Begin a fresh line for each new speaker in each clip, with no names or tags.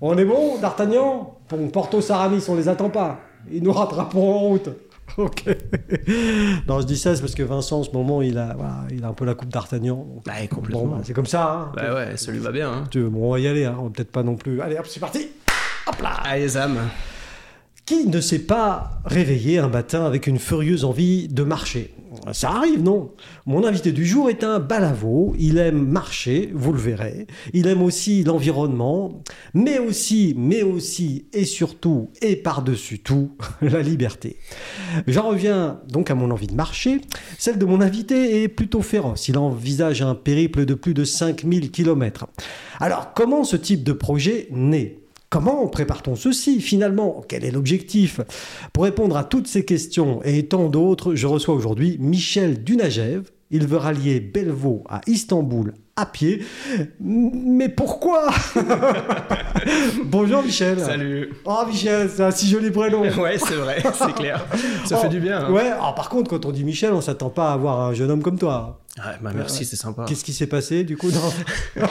On est bon, D'Artagnan Bon, Porto Saramis, on les attend pas. Ils nous rattraperont en route. Ok. non, je dis ça, c'est parce que Vincent, en ce moment, il a, voilà, il a un peu la coupe d'Artagnan. Donc,
Bah,
bon,
complètement.
bah, c'est comme ça. Hein.
Bah ouais, ça lui va bien. Hein.
Tu veux, bon, on va y aller, hein. on va peut-être pas non plus. Allez, hop, c'est parti
Allez, Zam.
Qui ne s'est pas réveillé un matin avec une furieuse envie de marcher Ça arrive, non Mon invité du jour est un balavo, il aime marcher, vous le verrez, il aime aussi l'environnement, mais aussi, mais aussi, et surtout, et par-dessus tout, la liberté. J'en reviens donc à mon envie de marcher. Celle de mon invité est plutôt féroce, il envisage un périple de plus de 5000 km. Alors comment ce type de projet naît Comment prépare-t-on ceci finalement Quel est l'objectif Pour répondre à toutes ces questions et tant d'autres, je reçois aujourd'hui Michel Dunagev. Il veut rallier Belvaux à Istanbul à pied. Mais pourquoi Bonjour Michel.
Salut.
Oh Michel, c'est un si joli prénom.
Ouais, c'est vrai, c'est clair. Ça
Oh,
fait du bien. hein.
Ouais, alors par contre, quand on dit Michel, on s'attend pas à avoir un jeune homme comme toi.
Ouais, bah merci, c'est sympa.
Qu'est-ce qui s'est passé du coup non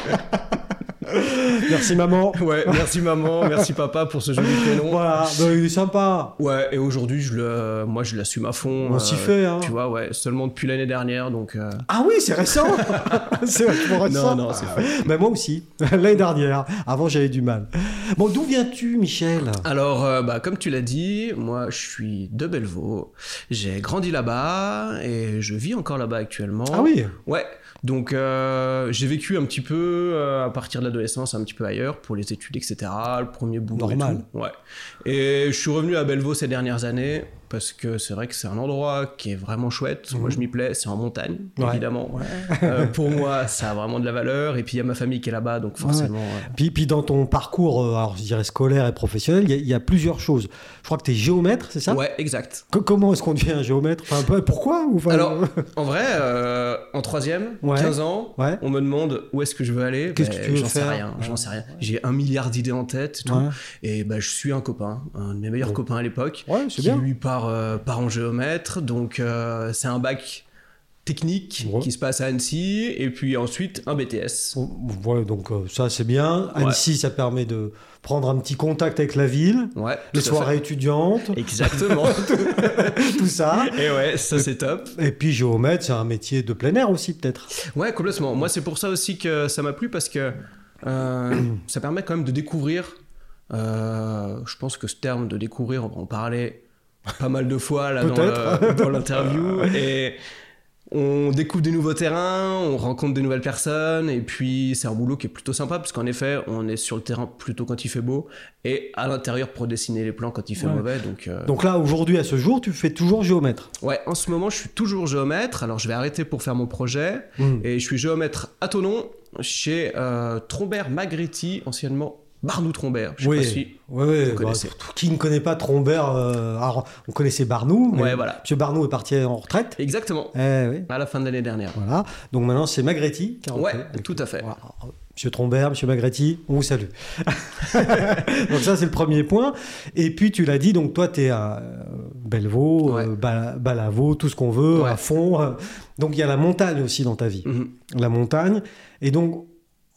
Merci maman.
Ouais, merci maman, merci papa pour ce joli prénom.
Voilà, bah, il est sympa.
Ouais, et aujourd'hui, je le, moi, je l'assume à fond. euh,
On s'y fait, hein.
Tu vois, ouais, seulement depuis l'année dernière, donc. euh,
Ah oui, c'est récent C'est vachement récent.
Non, non, c'est
Bah, moi aussi, l'année dernière. Avant, j'avais du mal. Bon, d'où viens-tu, Michel
Alors, euh, bah, comme tu l'as dit, moi, je suis de Bellevaux. J'ai grandi là-bas et je vis encore là-bas actuellement.
Ah oui
Ouais. Donc, euh, j'ai vécu un petit peu euh, à partir de l'adolescence, un petit peu ailleurs pour les études, etc. Le premier boulot. et
Normal.
tout. Ouais. Et je suis revenu à Bellevaux ces dernières années parce que c'est vrai que c'est un endroit qui est vraiment chouette. Moi, je m'y plais. C'est en montagne,
Mhm. Ouais.
évidemment. Euh, pour moi, ça a vraiment de la valeur. Et puis, il y a ma famille qui est là-bas, donc forcément. ouais.
puis, puis dans ton parcours, euh, alors, je dirais scolaire et professionnel, il y a- il y, a plusieurs choses. Je crois que tu es géomètre, c'est ça
ouais, exact.
Co- Comment est-ce qu'on devient un géomètre Enfin, peu- Pourquoi ou enfin,
Alors, en vrai, euh, en troisième,
Ouais.
15 ans,
Ouais.
on me demande où est-ce que je veux aller. Ben,
Qu'est-ce que tu veux
J'en sais
faire
rien, j'en sais rien. J'ai un milliard d'idées en tête, et tout.
Ouais.
Et bah, je suis un copain, un de mes meilleurs copains à l'époque,
Ouais, c'est
qui
bien.
lui part, euh, part en géomètre. Donc, euh, c'est un bac technique
Ouais.
qui se passe à Annecy, et puis ensuite un BTS.
Bon, Voilà, Oh, donc euh, ça c'est bien. Annecy, ça permet de prendre un petit contact avec la ville,
Ouais,
les
tout à
soirées étudiantes,
fait. Exactement.
tout ça.
et ouais, ça c'est top.
Et puis géomètre, c'est un métier de plein air aussi peut-être.
Ouais, complètement. Moi, c'est pour ça aussi que ça m'a plu parce que euh, ça permet quand même de découvrir. euh, je pense que ce terme de découvrir, on va en parlait pas mal de fois là, dans le-
Peut-être.
dans l'interview. et on découvre des nouveaux terrains, on rencontre des nouvelles personnes. Et puis, c'est un boulot qui est plutôt sympa parce qu'en effet, on est sur le terrain plutôt quand il fait beau et à l'intérieur pour dessiner les plans quand il fait
Ouais.
mauvais. Donc, euh,
Donc là, aujourd'hui, à ce jour, tu fais toujours géomètre.
ouais, en ce moment, je suis toujours géomètre. Alors, je vais arrêter pour faire mon projet.
Mm.
Et je suis géomètre à Tonon chez euh, Trombert Magretti, anciennement Barnou Trombert. Je sais
oui,
pas si.
oui, oui,
vous
bah,
connaissez.
tout- qui ne connaît pas Trombert euh, alors, on connaissait Barnou. mais
Ouais, bah. voilà.
Monsieur Barnou est parti en retraite.
Exactement.
Eh oui.
À la fin de l'année dernière.
Voilà. Donc maintenant, c'est Magretti qui a
Ouais,
repris.
tout à fait.
Voilà. Monsieur Trombert, Monsieur Magretti, on vous salue. donc ça, c'est le premier point. Et puis, tu l'as dit, donc toi, tu es à euh, Bellevaux,
Ouais.
euh, Bala- Balavo, tout ce qu'on veut,
Ouais.
à fond. euh. Donc, il y a la montagne aussi dans ta vie.
Mhm.
La montagne. Et donc,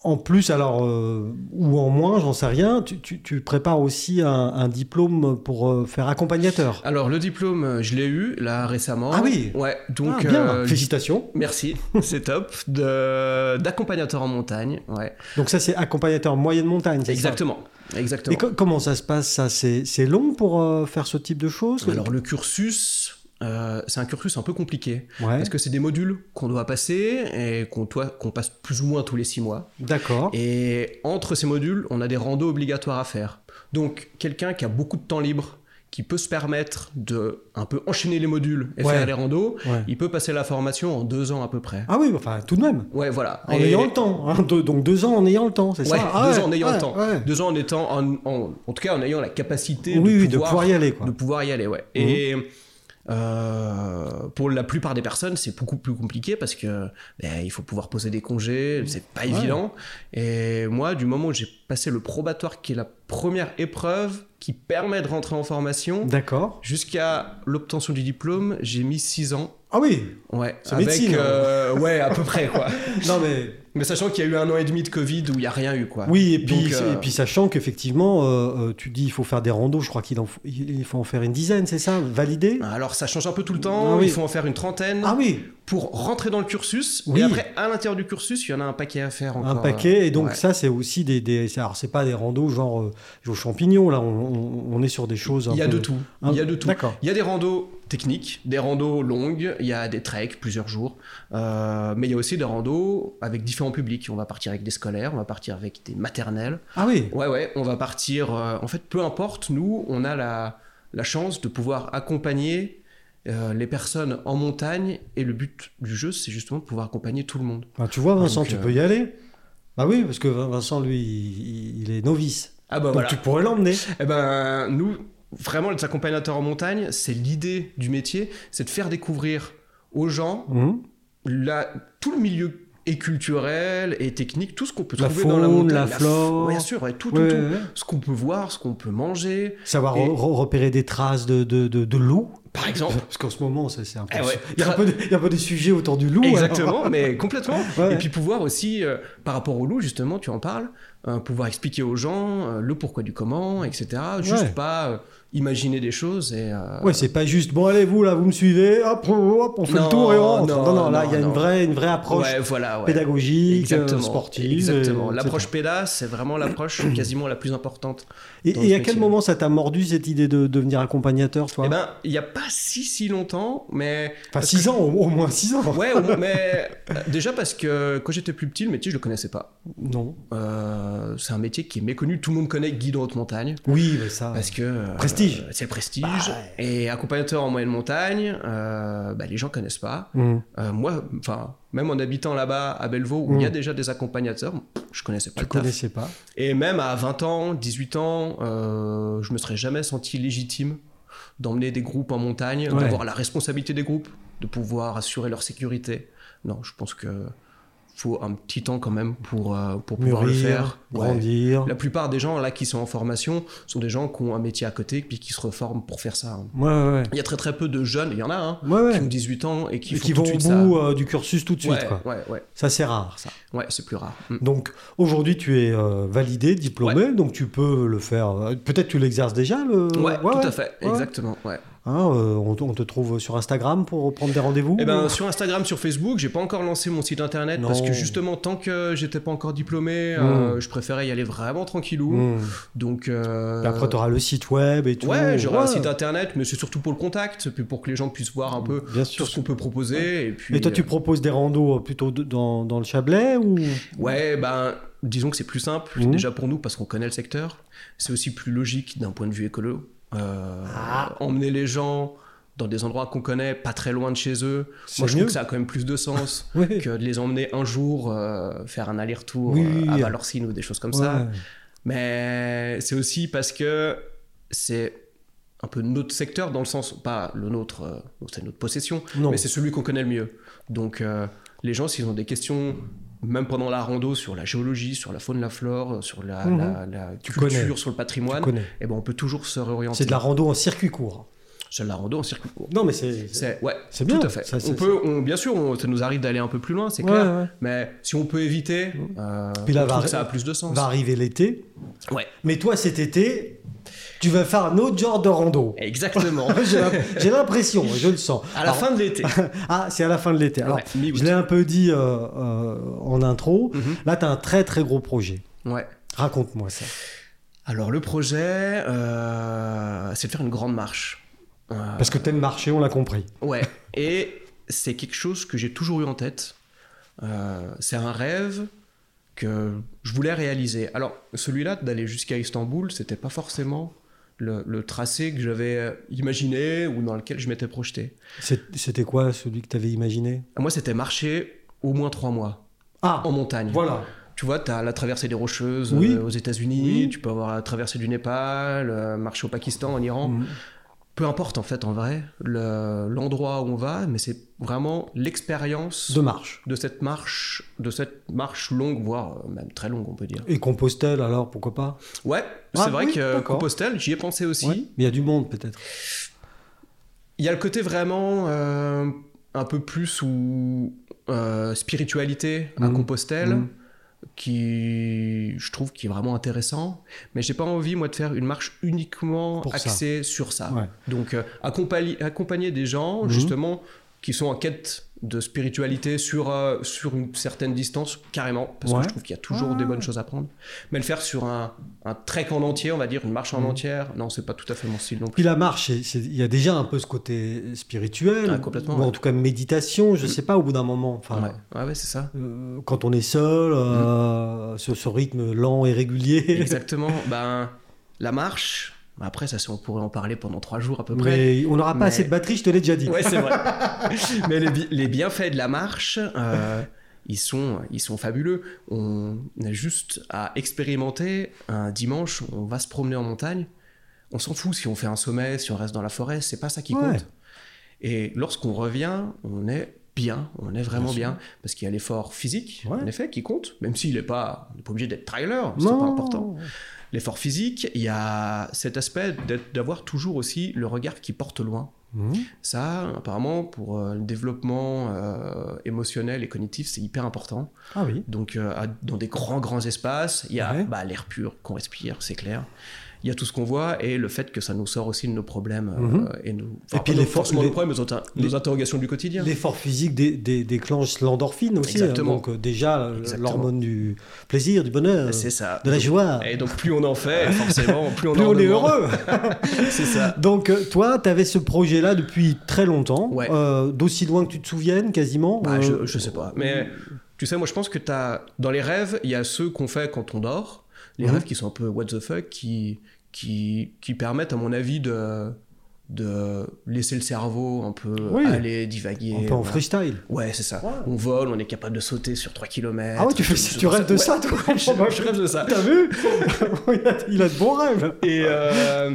en plus, alors, euh, ou en moins, j'en sais rien, tu, tu- tu prépares aussi un, un diplôme pour euh, faire accompagnateur.
Alors, le diplôme, euh, je l'ai eu là récemment.
Ah oui.
Ouais, donc.
Ah, bien,
euh,
félicitations.
Merci, c'est top. De- D'accompagnateur en montagne. Ouais,
Donc ça, c'est accompagnateur moyenne montagne. c'est ça
exactement. Exactement.
Et co- comment ça se passe ça C'est c'est long pour euh, faire ce type de choses
Alors, le cursus, euh, c'est un cursus un peu compliqué.
Ouais,
Parce que c'est des modules qu'on doit passer et qu'on doit- qu'on passe plus ou moins tous les six mois.
d'accord.
Et entre ces modules, on a des randos obligatoires à faire. Donc, quelqu'un qui a beaucoup de temps libre, qui peut se permettre de un peu enchaîner les modules et
Ouais.
faire les randos,
Ouais.
il peut passer la formation en deux ans à peu près.
Ah oui, enfin, tout de même.
Ouais, voilà.
En
Et-
ayant le temps. hein, deux- donc deux ans en ayant le temps, c'est
Ouais,
ça Ah
deux
ouais,
ans en ayant
ouais,
le temps.
ouais.
Deux ans en étant, en, en- en tout cas, en ayant la capacité
oui,
de,
oui, de
pouvoir,
pouvoir y aller. Quoi. Mmh.
de pouvoir y aller, ouais. Et euh, pour la plupart des personnes, c'est beaucoup plus compliqué parce que ben, il faut pouvoir poser des congés, c'est pas évident. Et moi, du moment où j'ai passé le probatoire, qui est la première épreuve qui permet de rentrer en formation,
D'accord.
jusqu'à l'obtention du diplôme, j'ai mis 6 ans
Ah oui
Ouais,
C'est médecine, hein.
euh, ouais, à peu près quoi.
Non mais
Mais sachant qu'il y a eu un an et demi de Covid où il n'y a rien eu quoi.
oui et puis
Donc, euh,
et puis sachant qu'effectivement euh, euh, tu dis il faut faire des randos, je crois qu'il en faut, il faut en faire une dizaine, c'est ça, validé
Alors ça change un peu tout le temps,
Ah oui.
il faut en faire une trentaine
Ah oui,
pour rentrer dans le cursus.
Oui.
Et après, à l'intérieur du cursus, il y en a un paquet à faire encore.
un
hein.
paquet et donc
euh, ouais.
ça c'est aussi des, des c'est- alors c'est pas des randos genre euh, aux champignons là, on, on- on est sur des choses un
Il y a
peu-
de tout.
un-
Il y a de tout.
D'accord.
Il y a des randos techniques, des randos longues, il y a des treks, plusieurs jours, Euh, mais il y a aussi des randos avec différents publics. On va partir avec des scolaires, on va partir avec des maternelles.
Ah oui.
Ouais, ouais, on va partir. euh, en fait, peu importe, nous, on a la, la chance de pouvoir accompagner euh, les personnes en montagne, et le but du jeu, c'est justement de pouvoir accompagner tout le monde.
Bah, tu vois Vincent,
Donc,
tu
euh,
peux y aller. Bah oui, parce que Vin- Vincent lui il, il est novice.
Ah bah
donc
voilà.
tu pourrais l'emmener.
Eh ben, nous, vraiment, les accompagnateurs en montagne, c'est l'idée du métier, c'est de faire découvrir aux gens
Mhm.
la- tout le milieu et culturel et technique, tout ce qu'on peut
La
trouver dans la
faune,
montagne.
la
f-
flore.
Bien sûr, ouais, tout, tout,
Ouais,
tout.
ouais, ouais.
Ce qu'on peut voir, ce qu'on peut manger,
Savoir
Et-
re- re- repérer des traces de, de, de, de loup.
par exemple.
Parce qu'en ce moment, ça, c'est un peu.
Eh ouais.
Il, y a un peu de- il y a un peu des sujets autour du loup. alors.
Exactement, mais complètement.
Ouais.
Et puis pouvoir aussi, euh, par rapport au loup, justement, tu en parles, euh, pouvoir expliquer aux gens euh, le pourquoi du comment, etc. Juste
Ouais.
pas euh, imaginer des choses et... euh,
Ouais, c'est pas juste. Bon, allez, vous, là, vous me suivez. Hop, hop, on fait le
Non,
tour et on rentre. Non,
non,
non, là, il y a
non,
une
non.
vraie, une vraie approche
ouais, voilà, ouais.
pédagogique,
Exactement.
euh, sportive. euh,
Exactement.
et-
L'approche PEDA, c'est vraiment l'approche quasiment la plus importante.
Et,
dans
et
ce
à quel
métier.
moment ça t'a mordu cette idée de devenir accompagnateur, toi
Eh ben, il n'y a pas si si longtemps, mais
Enfin, 6 ans, au, au moins 6 ans.
ouais, au moins, mais euh, déjà parce que quand j'étais plus petit, le métier je le connaissais pas.
Non.
Euh, c'est un métier qui est méconnu, tout le monde connaît guide en haute montagne
Oui, mais ça.
parce que euh,
Prestige.
c'est le prestige
Bah ouais.
et accompagnateur en moyenne montagne, euh, bah, les gens connaissent pas.
Hmm.
Euh, moi, enfin, même en habitant là-bas à Bellevaux où il y a
Mm.
déjà des accompagnateurs, je connaissais
Tu
pas le taf.
connaissais pas.
Et même à 20 ans, 18 ans, euh, je me serais jamais senti légitime d'emmener des groupes en montagne,
Ouais.
d'avoir la responsabilité des groupes, de pouvoir assurer leur sécurité. Non, je pense que faut un petit temps quand même pour, euh, pour pouvoir le
Mûrir,
faire. Ouais.
grandir.
La plupart des gens là qui sont en formation sont des gens qui ont un métier à côté puis qui se reforment pour faire ça. hein.
Ouais, ouais,
Il y a très très peu de jeunes, il y en a hein,
ouais. Ouais, ouais.
qui ont 18 ans et qui,
Et
font
qui
tout
vont
de
au
suite
bout euh, du cursus tout de
ça.
suite,
ouais,
quoi.
ouais, ouais,
Ça, c'est rare, ça.
ouais, c'est plus rare. Mm.
Donc aujourd'hui tu es euh, validé, diplômé, donc tu peux le faire. Euh, Peut-être tu l'exerces déjà le.
Ouais, tout
Euh, ouais.
à fait,
ouais.
exactement. Ouais.
Hein, euh, on, t- on te trouve sur Instagram pour prendre des rendez-vous.
Eh ben,
ou-
sur Instagram, sur Facebook, j'ai pas encore lancé mon site internet parce
Non. Hmm.
que justement, tant que j'étais pas encore diplômé, euh, je préférais y aller vraiment tranquillou.
Mm.
Donc, euh,
Et Après tu auras le site web et tout.
ouais, j'aurai un site internet, mais c'est surtout pour le contact, puis pour que les gens puissent voir un peu
Bien
tout
sûr.
ce qu'on peut proposer. Et puis,
Et toi tu proposes des randos euh, plutôt de- dans, dans le Chablais ou
Ouais, ben, disons que c'est plus simple
Mhm.
déjà pour nous parce qu'on connaît le secteur. C'est aussi plus logique d'un point de vue écolo. Euh,
Ah.
Emmener les gens dans des endroits qu'on connaît, pas très loin de chez eux.
C'est
Moi, je
mieux.
trouve que ça a quand même plus de sens
Ouais.
que de les emmener un jour euh, faire un aller-retour
Oui,
euh,
oui,
à
oui.
Valorcine ou des choses comme
Ouais.
ça. Mais c'est aussi parce que c'est un peu notre secteur dans le sens, pas le nôtre, euh, donc c'est notre possession,
Non.
mais c'est celui qu'on connaît le mieux. Donc euh, les gens, s'ils ont des questions, même pendant la rando, sur la géologie, sur la faune, la flore, euh, sur la,
Mhm.
la- la culture,
connais.
sur le
Tu
patrimoine,
connais.
eh ben, on peut toujours se réorienter.
C'est de la rando en circuit court.
C'est de la rando en circuit court.
Non mais c'est.
C'est ouais,
C'est
tout
bien,
à fait.
ça, c'est-
on peut, on- bien sûr, on- ça nous arrive d'aller un peu plus loin, c'est
Ouais,
clair.
ouais.
Mais si on peut éviter, euh,
Puis là,
je trouve
va-
que ça a plus de sens.
Va arriver l'été.
Ouais,
Mais toi cet été tu vas faire un autre genre de rando.
exactement.
J'ai l'im- J'ai l'impression, je le sens.
à la
Alors-
fin de l'été.
Ah, c'est à la fin de l'été. Alors,
Ouais, mi-août.
je l'ai un peu dit euh, euh, en intro.
Mhm.
Là, tu as un très très gros projet.
Ouais.
Raconte-moi ça.
Alors le projet, euh, c'est de faire une grande marche. Euh,
Parce que t'aimes marcher, on l'a compris.
Ouais. Et c'est quelque chose que j'ai toujours eu en tête. Euh, c'est un rêve que je voulais réaliser. Alors, celui-là, d'aller jusqu'à Istanbul, c'était pas forcément le, le tracé que j'avais imaginé ou dans lequel je m'étais projeté.
C'est- C'était quoi celui que t'avais imaginé
Moi, c'était marcher au moins trois mois
Ah,
en montagne.
voilà.
Tu vois, tu as la traversée des Rocheuses
Oui.
euh, aux États-Unis,
Oui.
tu peux avoir la traversée du Népal, euh, marcher au Pakistan, en Iran.
Mhm.
Peu importe en fait, en vrai, le- l'endroit où on va, mais c'est vraiment l'expérience
De marche.
de cette marche, de cette marche longue, voire euh, même très longue, on peut dire.
Et Compostelle, alors, pourquoi pas
Ouais,
Ah,
c'est vrai
oui,
que euh,
d'accord.
Compostelle, j'y ai pensé aussi.
Ouais. Mais il y a du monde, peut-être.
Il y a le côté vraiment euh, un peu plus ou euh, spiritualité à
Mhm.
Compostelle
Mhm.
qui je trouve qui est vraiment intéressant mais j'ai pas envie moi de faire une marche uniquement
Pour ça.
axée sur ça
Ouais.
donc euh, accompagner, accompagner des gens
Mhm.
justement qui sont en quête de spiritualité sur, euh, sur une certaine distance carrément parce
Ouais.
que je trouve qu'il y a toujours
Ah.
des bonnes choses à prendre mais le faire sur un, un trek en entier on va dire une marche en
Mhm.
entière non c'est pas tout à fait mon style non plus
Puis la marche, c'est- c'est- il y a déjà un peu ce côté spirituel,
Ah, complètement,
ou en
ouais. Mm.
tout cas méditation, je sais pas, au bout d'un moment. Enfin,
ouais ouais, ouais, c'est ça
euh, quand on est seul, euh,
Mm.
ce, ce rythme lent et régulier.
Exactement. ben, la marche, ben, après, ça, c'est- on pourrait en parler pendant trois jours à peu près.
Mais on n'aura pas
Mais-
assez de batterie, je te l'ai déjà dit.
Ouais, c'est vrai. Mais les, bi- les bienfaits de la marche, euh, ils, sont, ils sont fabuleux. On a juste à expérimenter. Un dimanche, on va se promener en montagne. On s'en fout si on fait un sommet, si on reste dans la forêt, c'est pas ça qui
Ouais.
compte. Et lorsqu'on revient, on est bien, on est vraiment
Bien sûr.
bien, parce qu'il y a l'effort physique,
Ouais.
en effet, qui compte, même s'il n'est pas, on n'est pas obligé d'être trailer, c'est pas
Non.
important l'effort physique, il y a cet aspect d'être- d'avoir toujours aussi le regard qui porte loin.
Mhm.
Ça, apparemment, pour euh, le développement euh, émotionnel et cognitif, c'est hyper important.
Ah oui.
Donc, euh, à- dans des grands, grands espaces, il y a
Ouais.
bah, l'air pur qu'on respire, c'est clair. Il y a tout ce qu'on voit et le fait que ça nous sort aussi de nos problèmes euh,
Mhm.
et nous.
Et puis
pas
les
nos- forcément
for- les-
nos problèmes, mais nos, inter-
les-
nos interrogations du quotidien.
L'effort physique dé- dé- déclenche l'endorphine aussi. hein.
Exactement.
Donc euh, déjà, euh,
Exactement. Ah,
l'hormone du plaisir, du bonheur,
C'est ça.
de la joie.
Et donc, plus on en fait, forcément, plus on
Plus
en
on est
demande.
heureux.
C'est ça.
Donc euh, toi, tu avais ce projet-là depuis très longtemps,
Ouais.
euh, d'aussi loin que tu te souviennes quasiment.
Bah,
euh,
je, je sais pas. Mais tu sais, moi, je pense que t'as dans les rêves, il y a ceux qu'on fait quand on dort, les
Mhm.
rêves qui sont un peu what the fuck, qui, qui, qui permettent, à mon avis, de, de laisser le cerveau un peu
Oui.
aller, divaguer.
un peu en
voilà.
freestyle.
Ouais, c'est ça.
Ouais.
On vole, on est capable de sauter sur 3 km.
Ah ouais, tu, fais, tu rêves de ça, toi
je, je rêve de ça.
T'as vu il, a, il a de bons rêves.
Et euh,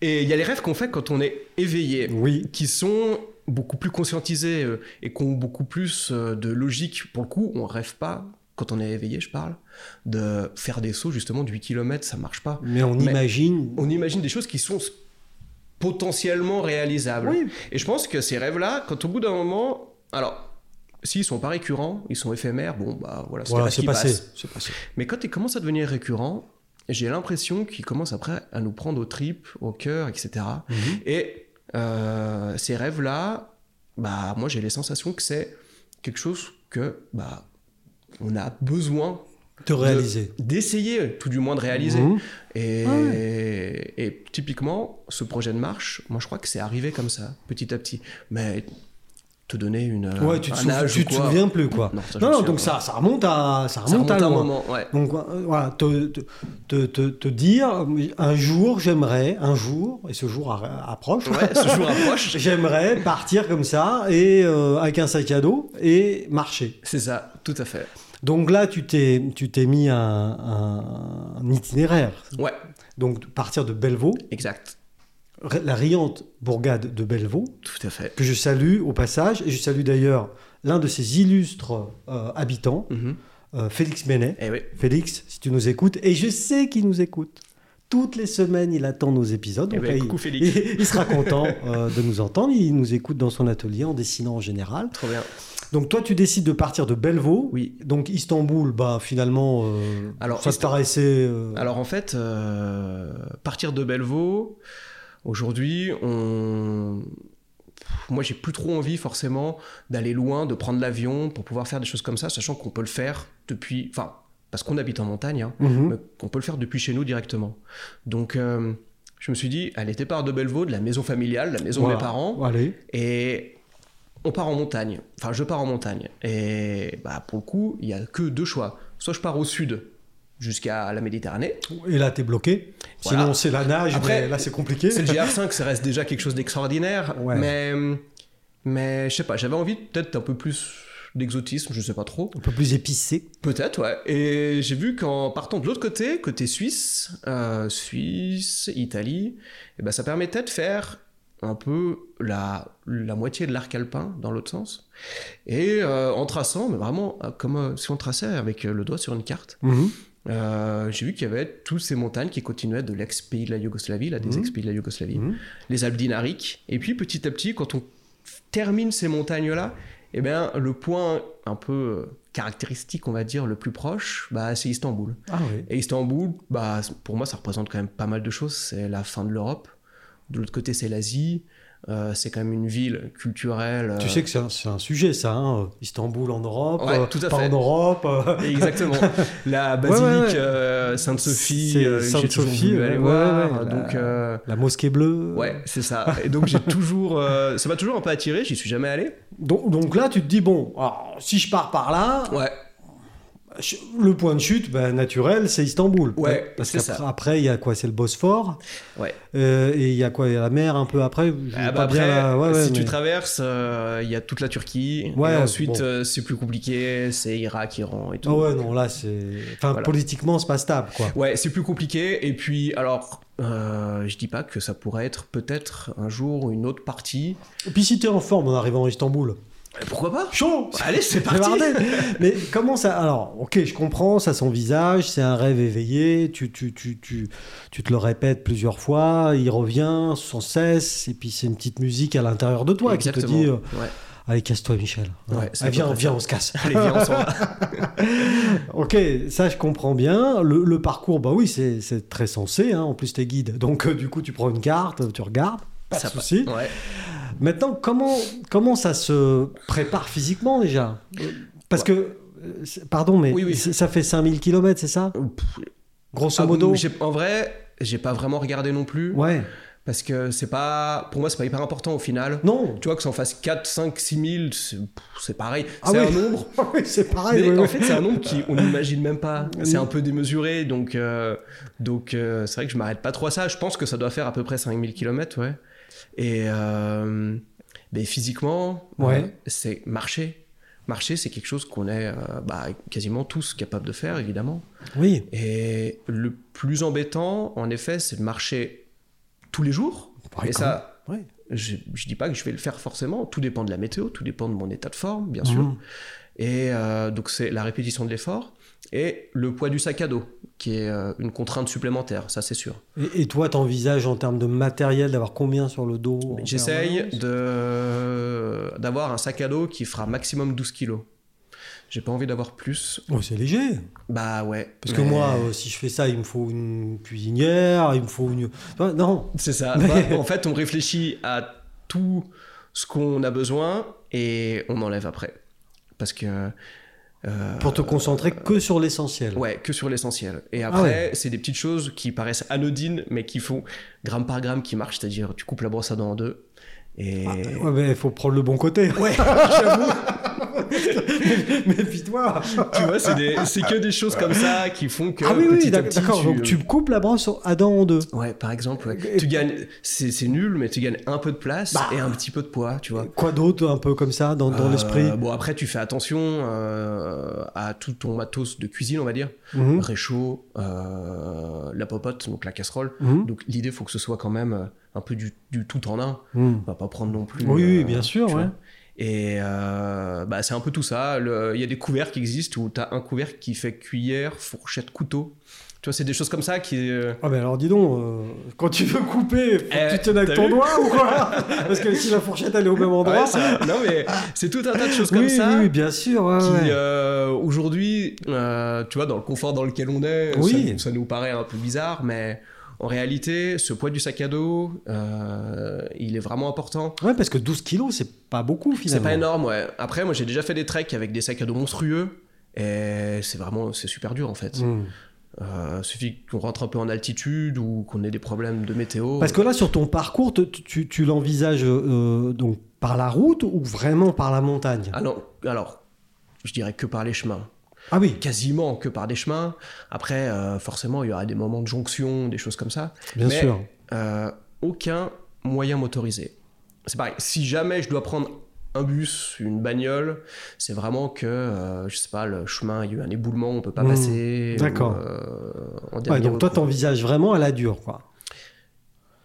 et il y a les rêves qu'on fait quand on est éveillé
Oui.
qui sont beaucoup plus conscientisés euh, et qui ont beaucoup plus euh, de logique. Pour le coup, on rêve pas, quand on est éveillé, je parle, de faire des sauts justement de 8 km, ça marche pas.
Mais on
Mais-
imagine.
On imagine des choses qui sont s- potentiellement réalisables.
Oui.
Et je pense que ces rêves-là, quand au bout d'un moment. Alors, s'ils sont pas récurrents, ils sont éphémères, bon, bah voilà, c'est
Voilà,
pas ce
c'est
qui
passé.
passe.
C'est passé.
Mais quand ils commencent à devenir récurrents, j'ai l'impression qu'ils commencent après à nous prendre aux tripes, au cœur, etc.
Mhm.
Et euh, ces rêves-là, bah, moi j'ai les sensations que c'est quelque chose que bah, on a besoin
Te réaliser.
de- d'essayer, tout du moins de réaliser.
Mhm.
Et,
Ah
et typiquement, ce projet de marche, moi je crois que c'est arrivé comme ça, petit à petit. Mais te donner une, euh,
Ouais, tu te,
un
souvi-
âge
tu
ou
te
quoi,
souviens plus, quoi.
Non, ça, je
non,
me
non,
souviens,
donc
ouais.
ça, ça remonte à, ça
ça
remonte
remonte
à
à un
loin.
moment. Ouais.
Donc euh, voilà, te, te, te, te- te dire euh, un jour, j'aimerais, un jour, et ce jour ar- approche,
Ouais, ce jour approche.
j'aimerais partir comme ça et euh, avec un sac à dos et marcher.
C'est ça, tout à fait.
Donc là, tu t'es, tu t'es mis un, un- un itinéraire.
Ouais,
Donc partir de Bellevaux,
exact,
r- la riante bourgade de Bellevaux,
tout à fait.
que je salue au passage, et je salue d'ailleurs l'un de ses illustres euh, habitants,
Mhm.
euh, Félix Ménet.
Eh oui.
Félix, si tu nous écoutes, et je sais qu'il nous écoute. Toutes les semaines, il attend nos épisodes.
Eh
Donc
ben,
là,
coucou,
il,
Félix.
il- il sera content euh, de nous entendre. Il nous écoute dans son atelier en dessinant en général.
Trop bien.
Donc toi, tu décides de partir de Bellevaux.
Oui.
Donc Istanbul, bah finalement, euh,
Alors,
ça te
Istan-
paraissait. euh,
Alors en fait, euh, partir de Bellevaux, aujourd'hui, on... Pff, moi j'ai plus trop envie forcément d'aller loin, de prendre l'avion pour pouvoir faire des choses comme ça, sachant qu'on peut le faire depuis... Enfin, parce qu'on habite en montagne, hein,
mhm.
mais qu'on peut le faire depuis chez nous directement. Donc euh, je me suis dit, allez, départ de Bellevaux, de la maison familiale, la maison
Voilà.
de mes parents,
Allez.
et on part en montagne. Enfin, je pars en montagne. Et bah, pour le coup, il n'y a que deux choix. Soit je pars au sud jusqu'à la Méditerranée.
Et là, t'es bloqué.
Voilà.
Sinon, c'est la nage.
Après,
mais là, c'est compliqué.
C'est le GR5, ça reste déjà quelque chose d'extraordinaire.
Ouais.
Mais, mais je sais pas, j'avais envie peut-être un peu plus d'exotisme, je sais pas trop.
Un peu plus épicé.
Peut-être, ouais. Et j'ai vu qu'en partant de l'autre côté, côté suisse, euh, Suisse, Italie, eh ben ça permettait de faire un peu la, la moitié de l'arc alpin dans l'autre sens. Et euh, en traçant, mais vraiment euh, comme euh, si on traçait avec euh, le doigt sur une carte,
Mhm.
euh, j'ai vu qu'il y avait toutes ces montagnes qui continuaient de l'ex-pays de la Yougoslavie, là, des
Mhm.
ex-pays de la Yougoslavie,
Mhm.
les Alpes dinariques. Et puis petit à petit, quand on f- termine ces montagnes-là, eh bien, le point un peu euh, caractéristique, on va dire, le plus proche, bah, c'est Istanbul.
Ah oui.
Et Istanbul, bah, pour moi, ça représente quand même pas mal de choses. C'est la fin de l'Europe. De l'autre côté, c'est l'Asie. Euh, c'est quand même une ville culturelle. euh,
Tu sais que c'est un, c'est un sujet, ça. hein, Istanbul en Europe,
Ouais,
euh,
tout à
pas
fait.
en Europe. euh,
Exactement. La basilique euh, Sainte-Sophie.
C'est
euh, j'ai
Sainte-Sophie,
toujours voulu aller
ouais,
voir.
ouais, bah. ouais,
donc,
la-
euh,
La mosquée bleue.
ouais, c'est ça. Et donc, j'ai toujours. euh, ça m'a toujours un peu attiré, j'y suis jamais allé.
Donc, donc là, tu te dis, bon, alors, si je pars par là,
Ouais,
je- le point de chute ben, naturel, c'est Istanbul.
Ouais,
Parce
c'est
qu'après,
ça.
après, il y a quoi C'est le Bosphore.
ouais.
euh, et il y a quoi Il y a la mer un peu après. je
Ah
vois
bah
pas bien
après,
la- ouais, ouais,
si tu
mais-
traverses, euh, il y a toute la Turquie.
Ouais,
et ensuite,
bon.
euh, c'est plus compliqué, c'est Irak, Iran et tout.
Ah ouais, non, là, c'est. Enfin,
Voilà.
politiquement, c'est pas stable, quoi.
Ouais, c'est plus compliqué. Et puis, alors, euh, je dis pas que ça pourrait être peut-être un jour une autre partie.
Et puis, si t'es en forme en arrivant à Istanbul,
Mais Pourquoi pas
chaud
Allez, c'est
J'ai
parti
bardé. Mais comment ça Alors, ok, je comprends, ça son visage, c'est un rêve éveillé, tu, tu, tu, tu, tu te le répètes plusieurs fois, il revient sans cesse, et puis c'est une petite musique à l'intérieur de toi qui te dit euh,
Ouais.
Allez, casse-toi, Michel.
Ouais, c'est
Allez,
à
viens,
peu près
viens,
ça.
on se casse.
Allez, viens, on s'en va.
Ok, ça je comprends bien. Le, le parcours, bah oui, c'est c'est très sensé. hein. En plus, t'es guide. Donc, euh, du coup, tu prends une carte, tu regardes. Pas
Ça
de souci.
Ouais.
Maintenant, comment, comment ça se prépare physiquement déjà Parce que, euh, c'est- pardon, mais
Oui, oui.
c'est- ça fait 5000 km, c'est ça
Pff,
Grosso
ah,
modo
j'ai- en vrai, j'ai pas vraiment regardé non plus.
Ouais.
Parce que c'est pas. Pour moi, c'est pas hyper important au final.
Non
Tu vois que ça en fasse 4, 5, 6 000, c'est pff, c'est pareil.
Ah
c'est
oui.
un nombre.
Oui, c'est pareil.
Mais
oui,
en
oui.
fait, c'est un nombre qui
Euh,
on n'imagine même pas. C'est un peu démesuré, donc euh, donc euh, c'est vrai que je m'arrête pas trop à ça. Je pense que ça doit faire à peu près 5000 km, ouais. Et euh, mais physiquement,
Ouais.
euh, c'est marcher. Marcher, c'est quelque chose qu'on est euh, bah, quasiment tous capables de faire, évidemment.
Oui.
Et le plus embêtant, en effet, c'est de marcher tous les jours.
Ouais,
Et
quand
ça,
Ouais.
je, je dis pas que je vais le faire forcément, tout dépend de la météo, tout dépend de mon état de forme, bien sûr.
Mhm.
Et euh, donc c'est la répétition de l'effort et le poids du sac à dos, qui est euh, une contrainte supplémentaire, ça c'est sûr.
Et, et toi, t'envisages en termes de matériel d'avoir combien sur le dos en
J'essaye
permanence
de- d'avoir un sac à dos qui fera maximum 12 kilos. J'ai pas envie d'avoir plus.
Oh, c'est léger.
Bah ouais.
Parce que
mais-
moi, euh, si je fais ça, il me faut une cuisinière, il me faut une. Enfin, non.
C'est ça.
Mais-
Bah, en fait, on réfléchit à tout ce qu'on a besoin et on enlève après. Parce que. euh,
Pour te concentrer que sur l'essentiel.
Ouais, que sur l'essentiel. Et
Ah
après, c'est des petites choses qui paraissent anodines, mais qui font gramme par gramme qui marchent. C'est-à-dire, tu coupes la brosse à dents en deux. Et
Ah, ouais, mais il faut prendre le bon côté.
Ouais, j'avoue.
Méfie-toi.
tu vois, c'est, des- c'est que des choses comme ça qui font que.
Ah oui, oui,
petit à
d'ac-
petit, euh,
d'accord. Donc tu coupes la brosse à dents en deux.
Ouais, par exemple, ouais.
Et-
tu gagnes. C'est, c'est nul, mais tu gagnes un peu de place
Bah.
et un petit peu de poids, tu vois.
Quoi d'autre, un peu comme ça, dans, dans
Euh,
l'esprit
Bon, après, tu fais attention euh, à tout ton matos de cuisine, on va dire.
Mhm.
Réchaud, euh, la popote, donc la casserole.
Mhm.
Donc l'idée, faut que ce soit quand même euh, un peu du, du tout en un.
Mhm.
On va pas prendre non plus.
Oui, oui,
euh,
bien sûr,
mm-hmm. tu
ouais.
vois. Et euh, bah, c'est un peu tout ça. Le- Il y a des couverts qui existent où tu as un couvert qui fait cuillère, fourchette, couteau. Tu vois, c'est des choses comme ça qui. euh,
Ah, mais alors dis donc, euh, quand tu veux couper, faut que
Eh,
tu tiennes avec
t'as
ton
vu
doigt ou quoi Parce que si la fourchette elle est au même endroit.
Ouais, ça- non, mais c'est tout un tas de choses comme
oui,
ça.
oui, bien sûr. ouais,
qui
ouais.
euh, aujourd'hui, euh, tu vois, dans le confort dans lequel on est, ça-
Oui.
ça, nous paraît un peu bizarre, mais en réalité, ce poids du sac à dos, euh, il est vraiment important.
Ouais, parce que 12 kilos, c'est pas beaucoup
C'est
finalement.
pas énorme, ouais. Après, moi, j'ai déjà fait des treks avec des sacs à dos monstrueux. Et c'est vraiment, c'est super dur en fait.
Mhm.
Euh, suffit qu'on rentre un peu en altitude ou qu'on ait des problèmes de météo.
Parce que là, sur ton parcours, te- tu, tu- tu l'envisages euh, donc par la route ou vraiment par la montagne
Ah non, alors, je dirais que par les chemins.
Ah oui,
Quasiment que par des chemins. Après, euh, forcément, il y aura des moments de jonction, des choses comme ça.
bien
Mais-
sûr.
Euh, aucun moyen motorisé. C'est pareil, si jamais je dois prendre un bus, une bagnole, c'est vraiment que, euh, je sais pas, le chemin, il y a eu un éboulement, on peut pas
Mmh,
passer. ou,
d'accord.
euh, en
Ouais,
dernier
donc toi,
recours.
t'envisages vraiment à la dure, quoi.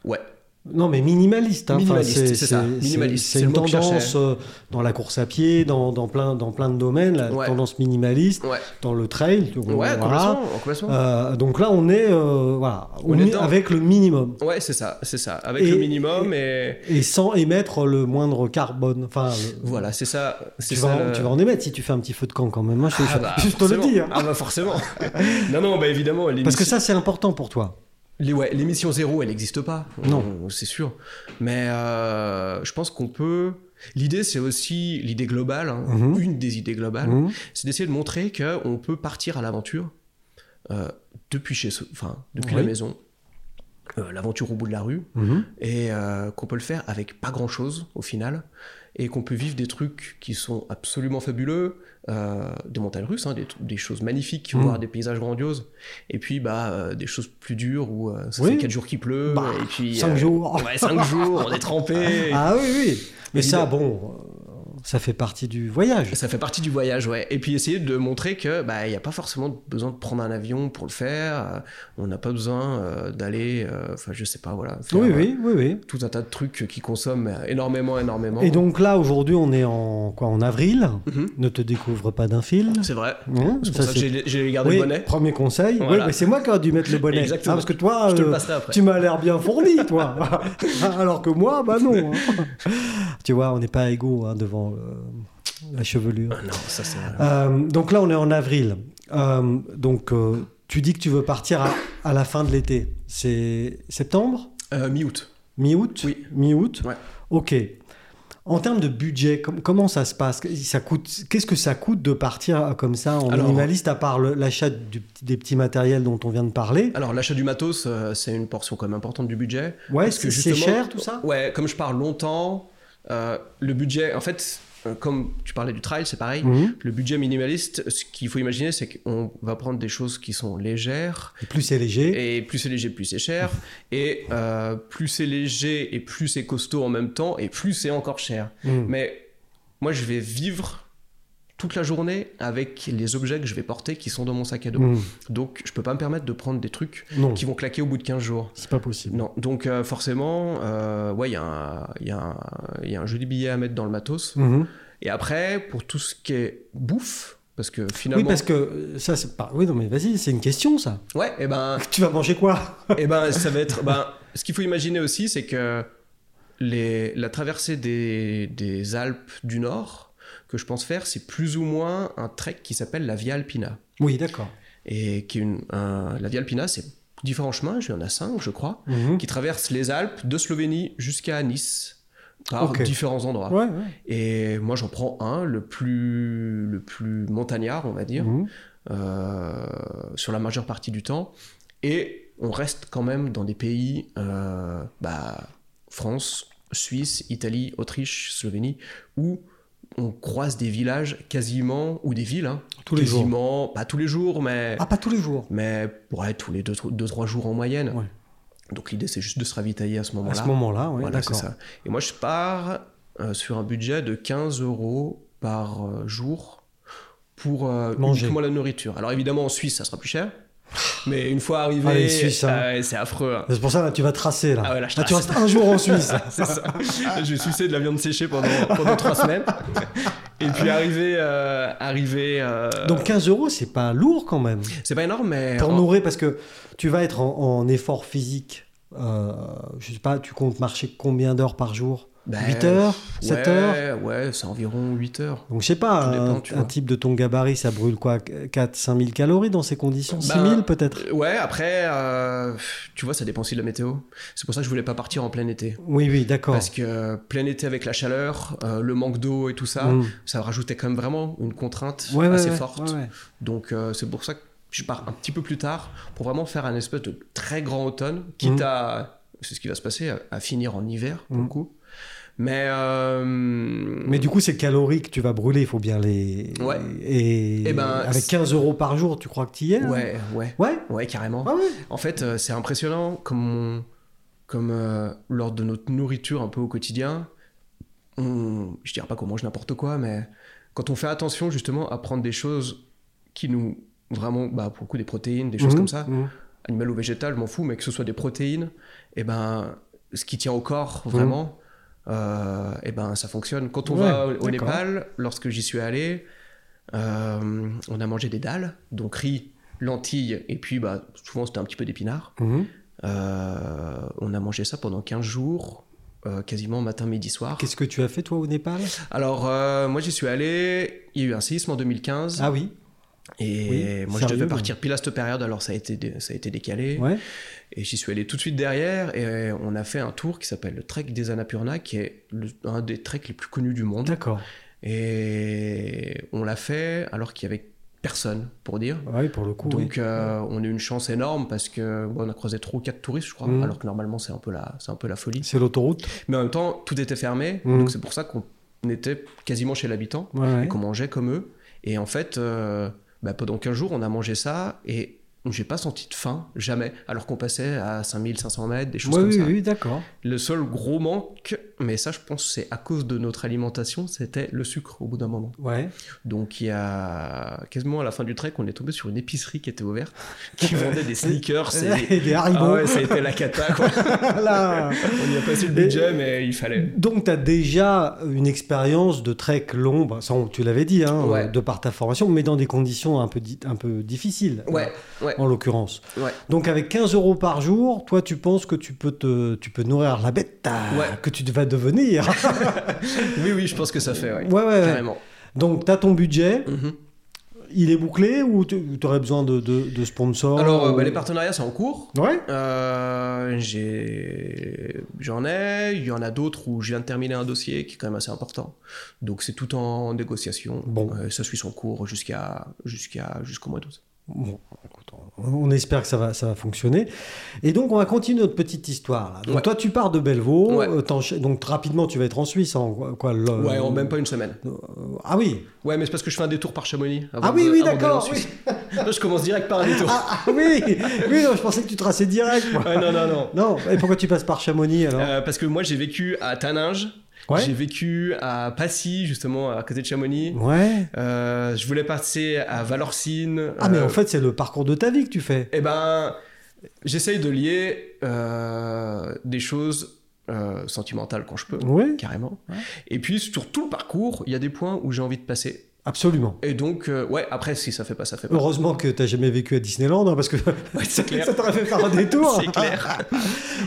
Ouais.
Non, mais minimaliste. hein. Enfin,
Minimaliste, c'est ça. Minimaliste,
c'est
c'est le
une
mot que je
tendance
cherchais.
euh, dans la course à pied, dans, dans plein, dans plein de domaines, la
Ouais.
tendance minimaliste,
Ouais,
dans le trail. donc,
ouais
voilà.
complètement, complètement.
Euh, donc là, on est, euh, voilà,
On
on
est
est
dedans.
avec le minimum
Ouais, c'est ça, c'est ça. Avec
Euh. Et-
le minimum et...
et sans émettre le moindre carbone. Enfin, le-
Voilà, c'est ça.
tu,
C'est ça,
vas, en-
le-
tu vas en émettre si tu fais un petit feu de camp quand même. Moi, je,
Ah
je-
bah,
je te le
forcément.
dis. hein.
Ah bah forcément. non, non, bah évidemment.
Parce que
l'émission-
ça, c'est important pour toi.
les- ouais, L'émission zéro, elle n'existe pas.
Non.
On- C'est sûr. Mais euh, je pense qu'on peut... L'idée, c'est aussi l'idée globale, hein,
Mhm.
une des idées globales,
Mhm.
c'est d'essayer de montrer qu'on peut partir à l'aventure euh, depuis chez soi, enfin, depuis la
Oui.
maison, euh, l'aventure au bout de la rue,
Mhm.
et euh, qu'on peut le faire avec pas grand chose au final et qu'on peut vivre des trucs qui sont absolument fabuleux euh, des montagnes russes hein, des, des choses magnifiques
Mm.
voire des paysages grandioses et puis bah euh, des choses plus dures où euh, ça
Oui.
fait 4 jours qu'il pleut
Bah,
et puis
Cinq jours.
5 jours on est trempé
Ah oui, oui. Mais
Évidemment.
ça, bon, euh, ça fait partie du voyage.
Ça fait partie du voyage, ouais. Et puis essayer de montrer que bah il n'y a pas forcément besoin de prendre un avion pour le faire. euh, On n'a pas besoin euh, d'aller, euh, enfin je sais pas, voilà. faire,
Oui,
euh,
oui, oui, oui.
Tout un tas de trucs qui consomment euh, énormément, énormément.
Et donc là, aujourd'hui, on est en quoi En avril.
Mhm.
Ne te découvre pas d'un fil.
C'est vrai.
Hein
C'est pour ça,
Ça,
que
c'est-
j'ai j'ai gardé
Oui,
le bonnet.
Premier conseil. Oui,
Voilà.
mais c'est moi qui aurais dû mettre le bonnet.
Exactement.
Ah, parce que toi,
Je te le
euh,
passerai après.
tu m'as l'air bien fourni, toi. Alors que moi, bah non. hein. tu vois, on n'est pas égaux hein, devant euh, la chevelure.
Ah Non, ça c'est.
Euh, donc là, on est en avril. Euh, donc euh, tu dis que tu veux partir à, à la fin de l'été. C'est septembre
Euh, Mi-août.
Mi-août
Oui.
Mi-août
Ouais.
Ok. En termes de budget, com- comment ça se passe ça coûte, Qu'est-ce que ça coûte de partir euh, comme ça en
Alors-
minimaliste, à part le- l'achat du petit- des petits matériels dont on vient de parler
Alors l'achat du matos, euh, c'est une portion quand même importante du budget.
Ouais,
Parce
c'est
que
c'est
justement-
cher tout ça
Ouais, comme je pars longtemps, euh, le budget, en fait, euh, comme tu parlais du trail, c'est pareil.
Mhm.
Le budget minimaliste, ce qu'il faut imaginer, c'est qu'on va prendre des choses qui sont légères.
Plus c'est léger.
Et plus c'est léger, plus c'est cher. Et euh, plus c'est léger et plus c'est costaud en même temps, et plus c'est encore cher.
Mhm.
Mais moi, je vais vivre toute la journée avec les objets que je vais porter qui sont dans mon sac à dos.
Mhm.
Donc, je peux pas me permettre de prendre des trucs
Non,
qui vont claquer au bout de 15 jours.
c'est pas possible.
Non, donc euh, forcément, euh, ouais, il y, a un- il y, a un- il y a un joli billet à mettre dans le matos.
Mhm.
Et après, pour tout ce qui est bouffe, parce que
Oui,
finalement,
parce que euh, ça, c'est pas. Oui, non, mais vas-y, c'est une question ça.
ouais, et ben,
Tu vas manger quoi
et ben, ça va être, ben, ce qu'il faut imaginer aussi, c'est que les, la traversée des, des Alpes du Nord que je pense faire, c'est plus ou moins un trek qui s'appelle la Via Alpina.
Oui, d'accord.
et qui est une, un- la Via Alpina, c'est différents chemins, il y en a cinq, je crois,
Mhm.
qui traversent les Alpes de Slovénie jusqu'à Nice par
Ok.
différents endroits.
Ouais, ouais.
Et moi, j'en prends un, le plus, le plus montagnard, on va dire,
Mhm.
euh, sur la majeure partie du temps. Et on reste quand même dans des pays, euh, bah, France, Suisse, Italie, Autriche, Slovénie, où on croise des villages quasiment, ou des villes, hein,
Tous les jours.
quasiment, pas tous les jours, mais
Ah, pas tous les jours.
mais ouais, tous les 2-3 jours en moyenne.
Ouais.
Donc l'idée, c'est juste de se ravitailler à ce
À
moment-là.
ce moment-là, oui,
Voilà, c'est
d'accord.
ça. Et moi, je pars euh, sur un budget de 15 euros par euh, jour pour euh,
Manger.
uniquement la nourriture. Alors évidemment, en Suisse, ça sera plus cher. Mais une fois arrivé,
Ah, les Suisses, hein.
euh, c'est affreux. hein.
C'est pour ça là, tu vas tracer là.
Ah ouais, là, je
tu
trace. Euh.
restes un jour en Suisse.
C'est ça. J'ai sucé de la viande séchée pendant, pendant trois semaines. Et puis arrivé, euh, arrivé. euh,
Donc 15 euros, c'est pas lourd quand même.
c'est pas énorme, mais
Pour
en-
nourrir, parce que tu vas être en, en effort physique. Euh, je sais pas, tu comptes marcher combien d'heures par jour
ben,
8 heures 7 heures
Ouais, ouais, c'est environ 8 heures.
Donc je sais pas,
Tout dépend,
un,
tu
un
vois.
type de ton gabarit, ça brûle quoi 4-5 000 calories dans ces conditions
Ben,
6 000 peut-être
Ouais, après, euh, tu vois, ça dépend aussi de la météo. C'est pour ça que je voulais pas partir en plein été.
Oui, oui, d'accord.
Parce que euh, plein été avec la chaleur, euh, le manque d'eau et tout ça,
Mm.
ça rajoutait quand même vraiment une contrainte
Ouais, ouais,
assez
ouais,
forte.
ouais, ouais.
Donc euh, c'est pour ça que je pars un petit peu plus tard pour vraiment faire un espèce de très grand automne, quitte
Mm.
à, c'est ce qui va se passer, à, à finir en hiver pour
Mm.
le coup. Mais, euh,
Mais du coup, ces calories que tu vas brûler, il faut bien les.
Ouais.
Et,
Eh ben,
avec
c'est-
15 euros par jour, tu crois que tu y es là
ouais, ouais,
Ouais.
ouais, carrément.
Ah ouais.
En fait, euh, c'est impressionnant comme, on- comme euh, lors de notre nourriture un peu au quotidien, on, je dirais pas qu'on mange n'importe quoi, mais quand on fait attention justement à prendre des choses qui nous vraiment, bah, pour le coup, des protéines, des choses
Mhm,
comme ça,
mhm.
animal ou végétal, je m'en fous, mais que ce soit des protéines, et ben ce qui tient au corps vraiment, euh, et ben ça fonctionne. Quand on va
Mmh. Ouais,
au- au
d'accord.
Népal, lorsque j'y suis allé, euh, on a mangé des dalles, donc riz, lentilles, et puis bah, souvent c'était un petit peu d'épinards.
Mhm.
Euh, on a mangé ça pendant 15 jours, euh, quasiment matin, midi, soir.
Qu'est-ce que tu as fait toi au Népal
Alors euh, moi j'y suis allé, il y a eu un séisme en 2015,
Ah oui,
et
oui,
moi je
sérieux, hein.
devais partir pile à cette période, alors ça a été, dé- ça a été décalé.
ouais.
Et j'y suis allé tout de suite derrière et on a fait un tour qui s'appelle le Trek des Annapurna, qui est le- un des treks les plus connus du monde.
D'accord.
Et on l'a fait alors qu'il y avait personne, pour dire.
Ouais, pour le coup. Ah oui.
Donc euh, on a eu une chance énorme parce que bon, on a creusé trop quatre touristes, je crois,
Mm.
alors que normalement c'est un peu la, c'est un peu la folie.
C'est l'autoroute.
Mais en même temps, tout était fermé,
Mm.
donc c'est pour ça qu'on était quasiment chez l'habitant
Ouais, ouais.
et qu'on mangeait comme eux. Et en fait, euh, bah, pendant 15 jours, on a mangé ça et j'ai pas senti de faim, jamais, alors qu'on passait à 5500 mètres, des choses
Ouais,
comme
oui,
ça.
oui, d'accord.
Le seul gros manque, mais ça je pense c'est à cause de notre alimentation, c'était le sucre au bout d'un moment.
Ouais.
Donc il y a quasiment à la fin du trek, on est tombé sur une épicerie qui était ouverte, qui vendait des sneakers. Et...
Et des haribots.
Ah ouais, ça a été la cata quoi.
Là.
On y a passé le budget, mais il fallait.
Donc, tu as déjà une expérience de trek long, bah, ça, on- tu l'avais dit, hein,
Ouais.
euh, de par ta formation, mais dans des conditions un peu, di- un peu difficiles,
Ouais, ouais,
en l'occurrence.
ouais.
Donc, avec 15 euros par jour, toi, tu penses que tu peux, te, tu peux nourrir la bête ah,
Ouais.
que tu vas devenir.
Oui, oui, je pense que ça fait, ouais.
ouais, ouais, ouais.
Carrément.
Donc, tu as ton budget,
Mhm.
il est bouclé ou tu aurais besoin de, de, de sponsors
Alors, euh,
ou-
bah, les partenariats, c'est en cours.
Ouais,
Euh, j'ai- J'en ai, il y en a d'autres où je viens de terminer un dossier qui est quand même assez important. Donc c'est tout en négociation.
Bon.
Euh, ça suit son cours jusqu'à jusqu'à jusqu'au mois d'août.
Bon, écoute, on on espère que ça va, ça va fonctionner. Et donc, on va continuer notre petite histoire. Là. Donc,
Ouais.
toi, tu pars de Bellevaux.
Ouais.
euh, t'encha- donc, rapidement, tu vas être en Suisse. En quoi, quoi, le-
Ouais, en même pas une semaine.
Euh, Ah oui
Ouais, mais c'est parce que je fais un détour par Chamonix. avant
Ah oui,
de-
oui,
avant d'aller
d'accord,
en Suisse. Là, je commence direct par un détour.
Ah, ah oui Oui, non, je pensais que tu traçais direct. moi.
Ouais, non, non, non.
Non, et pourquoi tu passes par Chamonix alors
Euh, parce que moi, j'ai vécu à Taninge.
Ouais.
J'ai vécu à Passy, justement, à côté de Chamonix.
Ouais.
Euh, je voulais passer à Valorcine.
Ah, mais
euh,
en fait, c'est le parcours de ta vie que tu fais.
Eh ben, j'essaye de lier euh, des choses euh, sentimentales quand je peux,
Oui,
carrément.
Ouais.
Et puis, sur tout le parcours, il y a des points où j'ai envie de passer.
absolument.
Et donc, euh, ouais, après, si ça fait pas, ça fait pas.
Heureusement que tu n'as jamais vécu à Disneyland, hein, parce que
c'est clair.
ça t'aurait fait faire un détour.
C'est clair.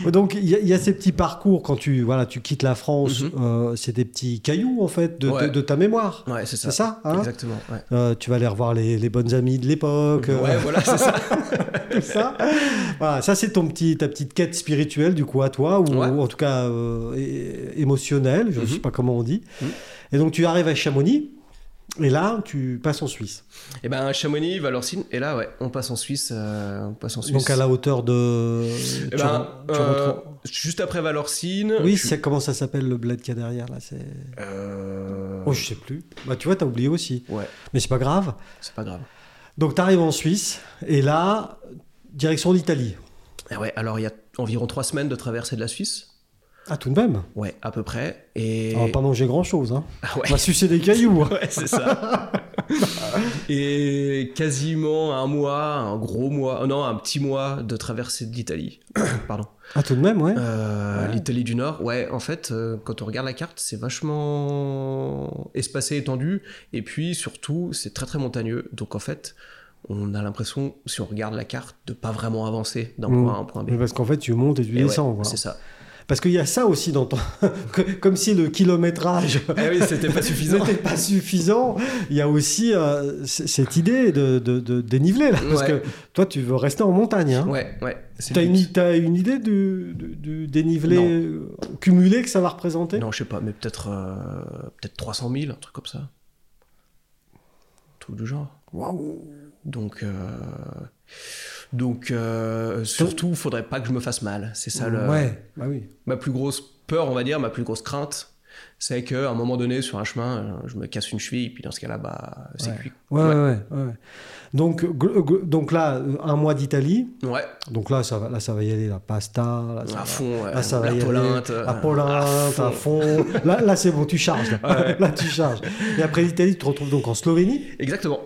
Donc il y, a- il y a ces petits parcours quand tu voilà tu quittes la France,
Mhm.
euh, c'est des petits cailloux en fait de, de-
Ouais.
de ta mémoire.
Ouais, c'est ça.
C'est ça, hein
Exactement. Ouais,
Euh, tu vas aller revoir les, les bonnes amies de l'époque, euh,
Ouais, voilà, c'est ça.
tout ça. Voilà, ça c'est ton petit ta petite quête spirituelle du coup à toi ou,
Ouais.
ou en tout cas euh, é- émotionnelle, je ne
Mhm.
sais pas comment on dit.
Mhm.
Et donc tu arrives à Chamonix et là tu passes en Suisse.
Et ben, Chamonix, Valorcine, et là, ouais, on passe en Suisse. euh, on passe en Suisse.
Donc à la hauteur de
Eh
tu
ben,
re- tu
euh,
retrouves-
juste après Valorcine.
Oui,
je-
c'est comment ça s'appelle le bled qu'il y a derrière là, c'est
Euh,
Oh, je sais plus. Bah tu vois, t'as oublié aussi.
Ouais,
Mais c'est pas grave.
c'est pas grave.
Donc tu arrives en Suisse et là, direction l'Italie.
Eh ouais, alors il y a environ trois semaines de traversée de la Suisse.
Ah tout de même.
Ouais, à peu près. Et
Ah, On va pas manger grand chose. Hein.
Ah ouais.
On va sucer des cailloux. hein.
Ouais, c'est ça. et quasiment un mois, un gros mois, oh non, un petit mois de traversée de l'Italie. Pardon.
Ah tout de même, ouais.
Euh,
Ouais.
L'Italie du Nord, ouais, en fait, euh, quand on regarde la carte, c'est vachement espacé, étendu, et puis surtout, c'est très très montagneux. Donc en fait, on a l'impression, si on regarde la carte, de pas vraiment avancer d'un
Mm.
point A à un point B.
Mais parce qu'en fait, tu montes et tu
Et Eh ouais,
descends. quoi.
c'est ça.
Parce qu'il y a ça aussi dans ton... que- Comme si le kilométrage
Eh oui, c'était pas suffisant.
n'était pas suffisant, il y a aussi euh, c- cette idée de, de- de déniveler. Là, parce
Ouais.
que toi, tu veux rester en montagne. Hein.
Ouais, ouais. c'est
T'as
le
une,
but.
t'as une idée du, du- du dénivelé
Non.
euh, cumulé que ça va représenter
Non, je sais pas, mais peut-être euh, peut-être 300 000, un truc comme ça. Un truc du genre.
Waouh.
Donc, euh, donc euh, surtout, faudrait pas que je me fasse mal. C'est ça le,
Ouais, bah oui.
ma plus grosse peur, on va dire, ma plus grosse crainte. C'est qu'à un moment donné, sur un chemin, euh, je me casse une cheville, puis dans ce cas-là, bah, c'est cuit.
Ouais, ouais, ouais. ouais. Donc, gl- gl- donc là, euh, un mois d'Italie.
Ouais,
Donc là, ça va, là, ça va y aller, la pasta. Là, Ah, ça
à
va-
fond. ouais.
là, ça va
la
y
polinte.
aller.
euh,
La polinte, à fond. là, là c'est bon, tu charges. Là,
Ouais.
Là, tu charges. Et après l'Italie, tu te retrouves donc en Slovénie.
Exactement.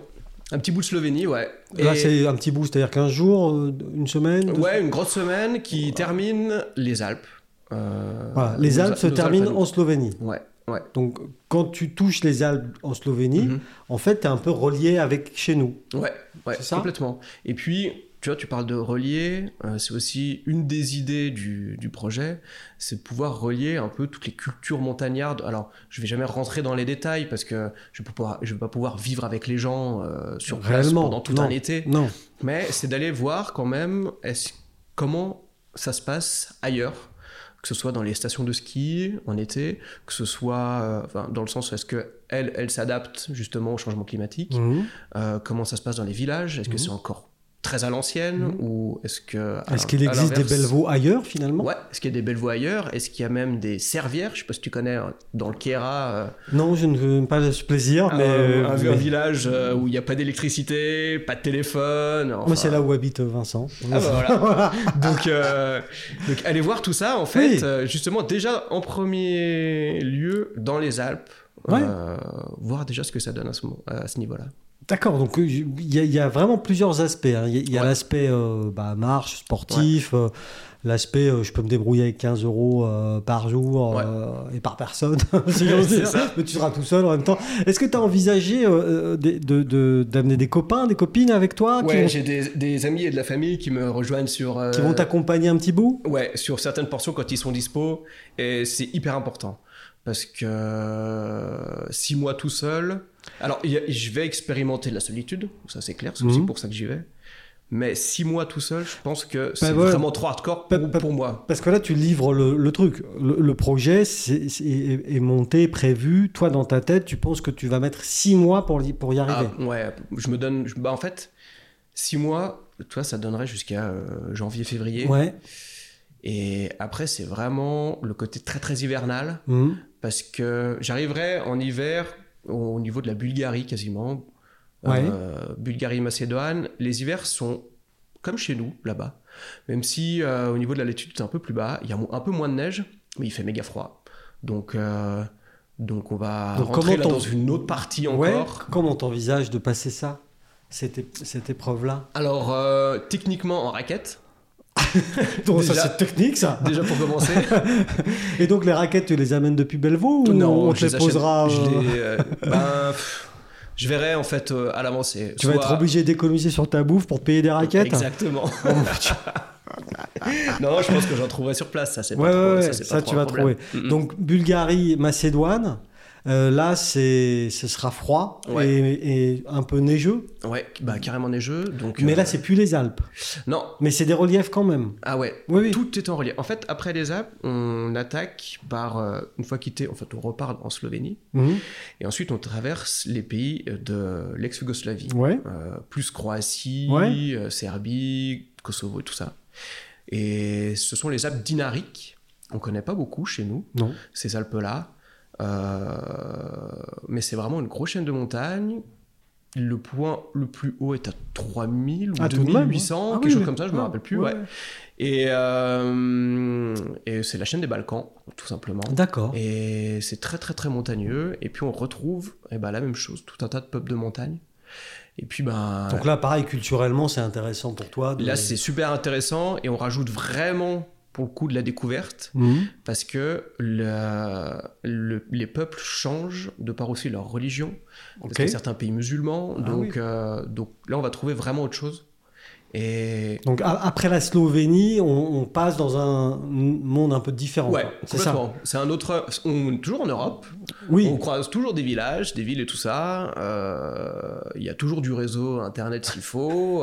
Un petit bout de Slovénie, ouais.
Là,
Et-
Ah, c'est un petit bout, c'est-à-dire 15 jours, euh, une semaine. deux-
Ouais, une grosse semaine qui termine les Alpes. Euh,
Voilà, les
nos-
Alpes se
nos
terminent
à nous.
en Slovénie.
Ouais, ouais.
Donc, quand tu touches les Alpes en Slovénie,
Mhm.
en fait, tu es un peu relié avec chez nous.
Ouais, ouais,
C'est ça
complètement. Et puis, tu vois, tu parles de relier, euh, c'est aussi une des idées du, du projet, c'est de pouvoir relier un peu toutes les cultures montagnardes. Alors, je vais jamais rentrer dans les détails parce que je vais pas pouvoir, je vais pas pouvoir vivre avec les gens euh, sur place
Réellement,
pendant tout
non.
un été,
Non.
mais c'est d'aller voir quand même est-ce- comment ça se passe ailleurs. Que ce soit dans les stations de ski en été, que ce soit euh, enfin, dans le sens est-ce que elles elles s'adaptent justement au changement climatique,
Mhm.
euh, comment ça se passe dans les villages Est-ce que
Mhm.
c'est encore très à l'ancienne
Mhm.
ou est-ce que à-
Est-ce qu'il
à
existe des
l'inverse-
Belvaux ailleurs, finalement
Ouais, est-ce qu'il y a des belles voies ailleurs Est-ce qu'il y a même des servières Je sais pas si tu connais hein, dans le Kéra, euh,
Non, je ne veux pas ce plaisir, mais...
Ah,
euh,
un, un- un
mais-
village euh, où il n'y a pas d'électricité, pas de téléphone.
Moi, c'est là où habite euh, Vincent.
Ah bah voilà. donc, euh, donc allez voir tout ça en fait,
Oui.
euh, justement déjà en premier lieu dans les Alpes,
Ouais.
euh, voir déjà ce que ça donne à ce, mo- à ce niveau-là.
D'accord, donc euh, j- il y, a- il y a vraiment plusieurs aspects. hein. Il y a, il y a
Ouais.
l'aspect euh, bah, marche, sportif, euh, l'aspect euh, je peux me débrouiller avec 15 euros euh, par jour
Ouais.
euh, et par personne, si j'ose
C'est
dire.
ça.
mais tu seras tout seul en même temps. Est-ce que tu as envisagé euh, euh, des- de- de- d'amener des copains, des copines avec toi
Ouais,
qui
j'ai des, des amis et de la famille qui me rejoignent sur
vont-
euh,
Ah, qui vont t'accompagner un petit bout
Ouais, sur certaines portions quand ils sont dispo. Et c'est hyper important. Parce que euh, six mois tout seul. Alors, il y a- je vais expérimenter de la solitude, ça c'est clair, c'est aussi
Mhm.
pour ça que j'y vais. Mais six mois tout seul, je pense que c'est
voilà.
vraiment trop hardcore
Bah, Pas-
pour,
pas-
pour moi.
Parce que là, tu livres le, le truc. Le, le projet c'est- c'est- est, est monté, prévu. Toi, dans ta tête, tu penses que tu vas mettre six mois pour, l'y- pour y arriver.
Ah, ouais, je me donne. je- bah, en fait, six mois, toi, ça donnerait jusqu'à euh, janvier-février.
Ouais.
Et après, c'est vraiment le côté très très hivernal.
Mhm.
parce que j'arriverai en hiver au niveau de la Bulgarie quasiment.
Ouais.
Euh, Bulgarie, Macédoine, les hivers sont comme chez nous là-bas. Même si euh, au niveau de la latitude c'est un peu plus bas, il y a mo- un peu moins de neige, mais il fait méga froid. Donc, euh, donc on va
Donc comment
rentrer là
t'en-
dans une autre partie encore.
Ouais, comment t'envisages de passer ça cette, é- cette épreuve-là
Alors euh, techniquement en raquette,
Donc
Déjà-
ça c'est technique ça.
déjà pour commencer.
Et donc les raquettes tu les amènes depuis Bellevaux ou on te
je
les
achète-
posera
je
euh,
les, euh, ben, pff, je verrai en fait euh, à l'avancée.
Tu vas
Soit-
être obligé d'économiser sur ta bouffe pour te payer des raquettes.
Exactement.
Oh
non, je pense que j'en trouverai sur place. Ça, c'est
Ouais,
pas trop,
ouais,
ça,
ouais,
c'est
ça,
pas
tu
trop un
vas
problème. Mm, mm.
Donc Bulgarie, Macédoine. euh, là, c'est, ce sera froid
Ouais.
et, et un peu neigeux.
ouais, bah carrément neigeux. Donc,
Mais
euh,
là, c'est plus les Alpes.
non.
Mais c'est des reliefs quand même.
Ah ouais.
Oui, oui.
Tout est en relief. En fait, après les Alpes, on attaque par euh, une fois quitté. En fait, on repart en Slovénie
Mhm.
et ensuite on traverse les pays de l'ex-Yougoslavie,
Ouais.
Euh, plus Croatie,
Ouais.
euh, Serbie, Kosovo et tout ça. Et ce sont les Alpes dinariques. On connaît pas beaucoup chez nous.
Non.
ces Alpes-là. Euh, mais c'est vraiment une grosse chaîne de montagnes. Le point le plus haut est à 3000 ou
Ah, tout de même,
2800,
ouais. Ah
quelque
oui,
chose
oui.
comme ça, je me
Ah,
rappelle plus.
ouais.
Ouais. Et, euh, et c'est la chaîne des Balkans, tout simplement.
D'accord.
Et c'est très très très montagneux. Et puis on retrouve eh ben, la même chose, tout un tas de peuples de montagne. Et puis ben,
Donc là, pareil, culturellement, c'est intéressant pour toi. de-
là c'est super intéressant et on rajoute vraiment pour le coup de la découverte
Mhm.
parce que le- le- les peuples changent de par aussi leur religion, parce
Ok.
qu'il y a certains pays musulmans,
Ah
donc,
oui.
euh, donc là on va trouver vraiment autre chose. Et
Donc a- après la Slovénie, on, on passe dans un monde un peu différent.
ouais,
quoi. c'est ça.
complètement. C'est un autre, on est toujours en Europe,
Oui.
on croise toujours des villages, des villes et tout ça. euh, Il y a toujours du réseau internet s'il faut.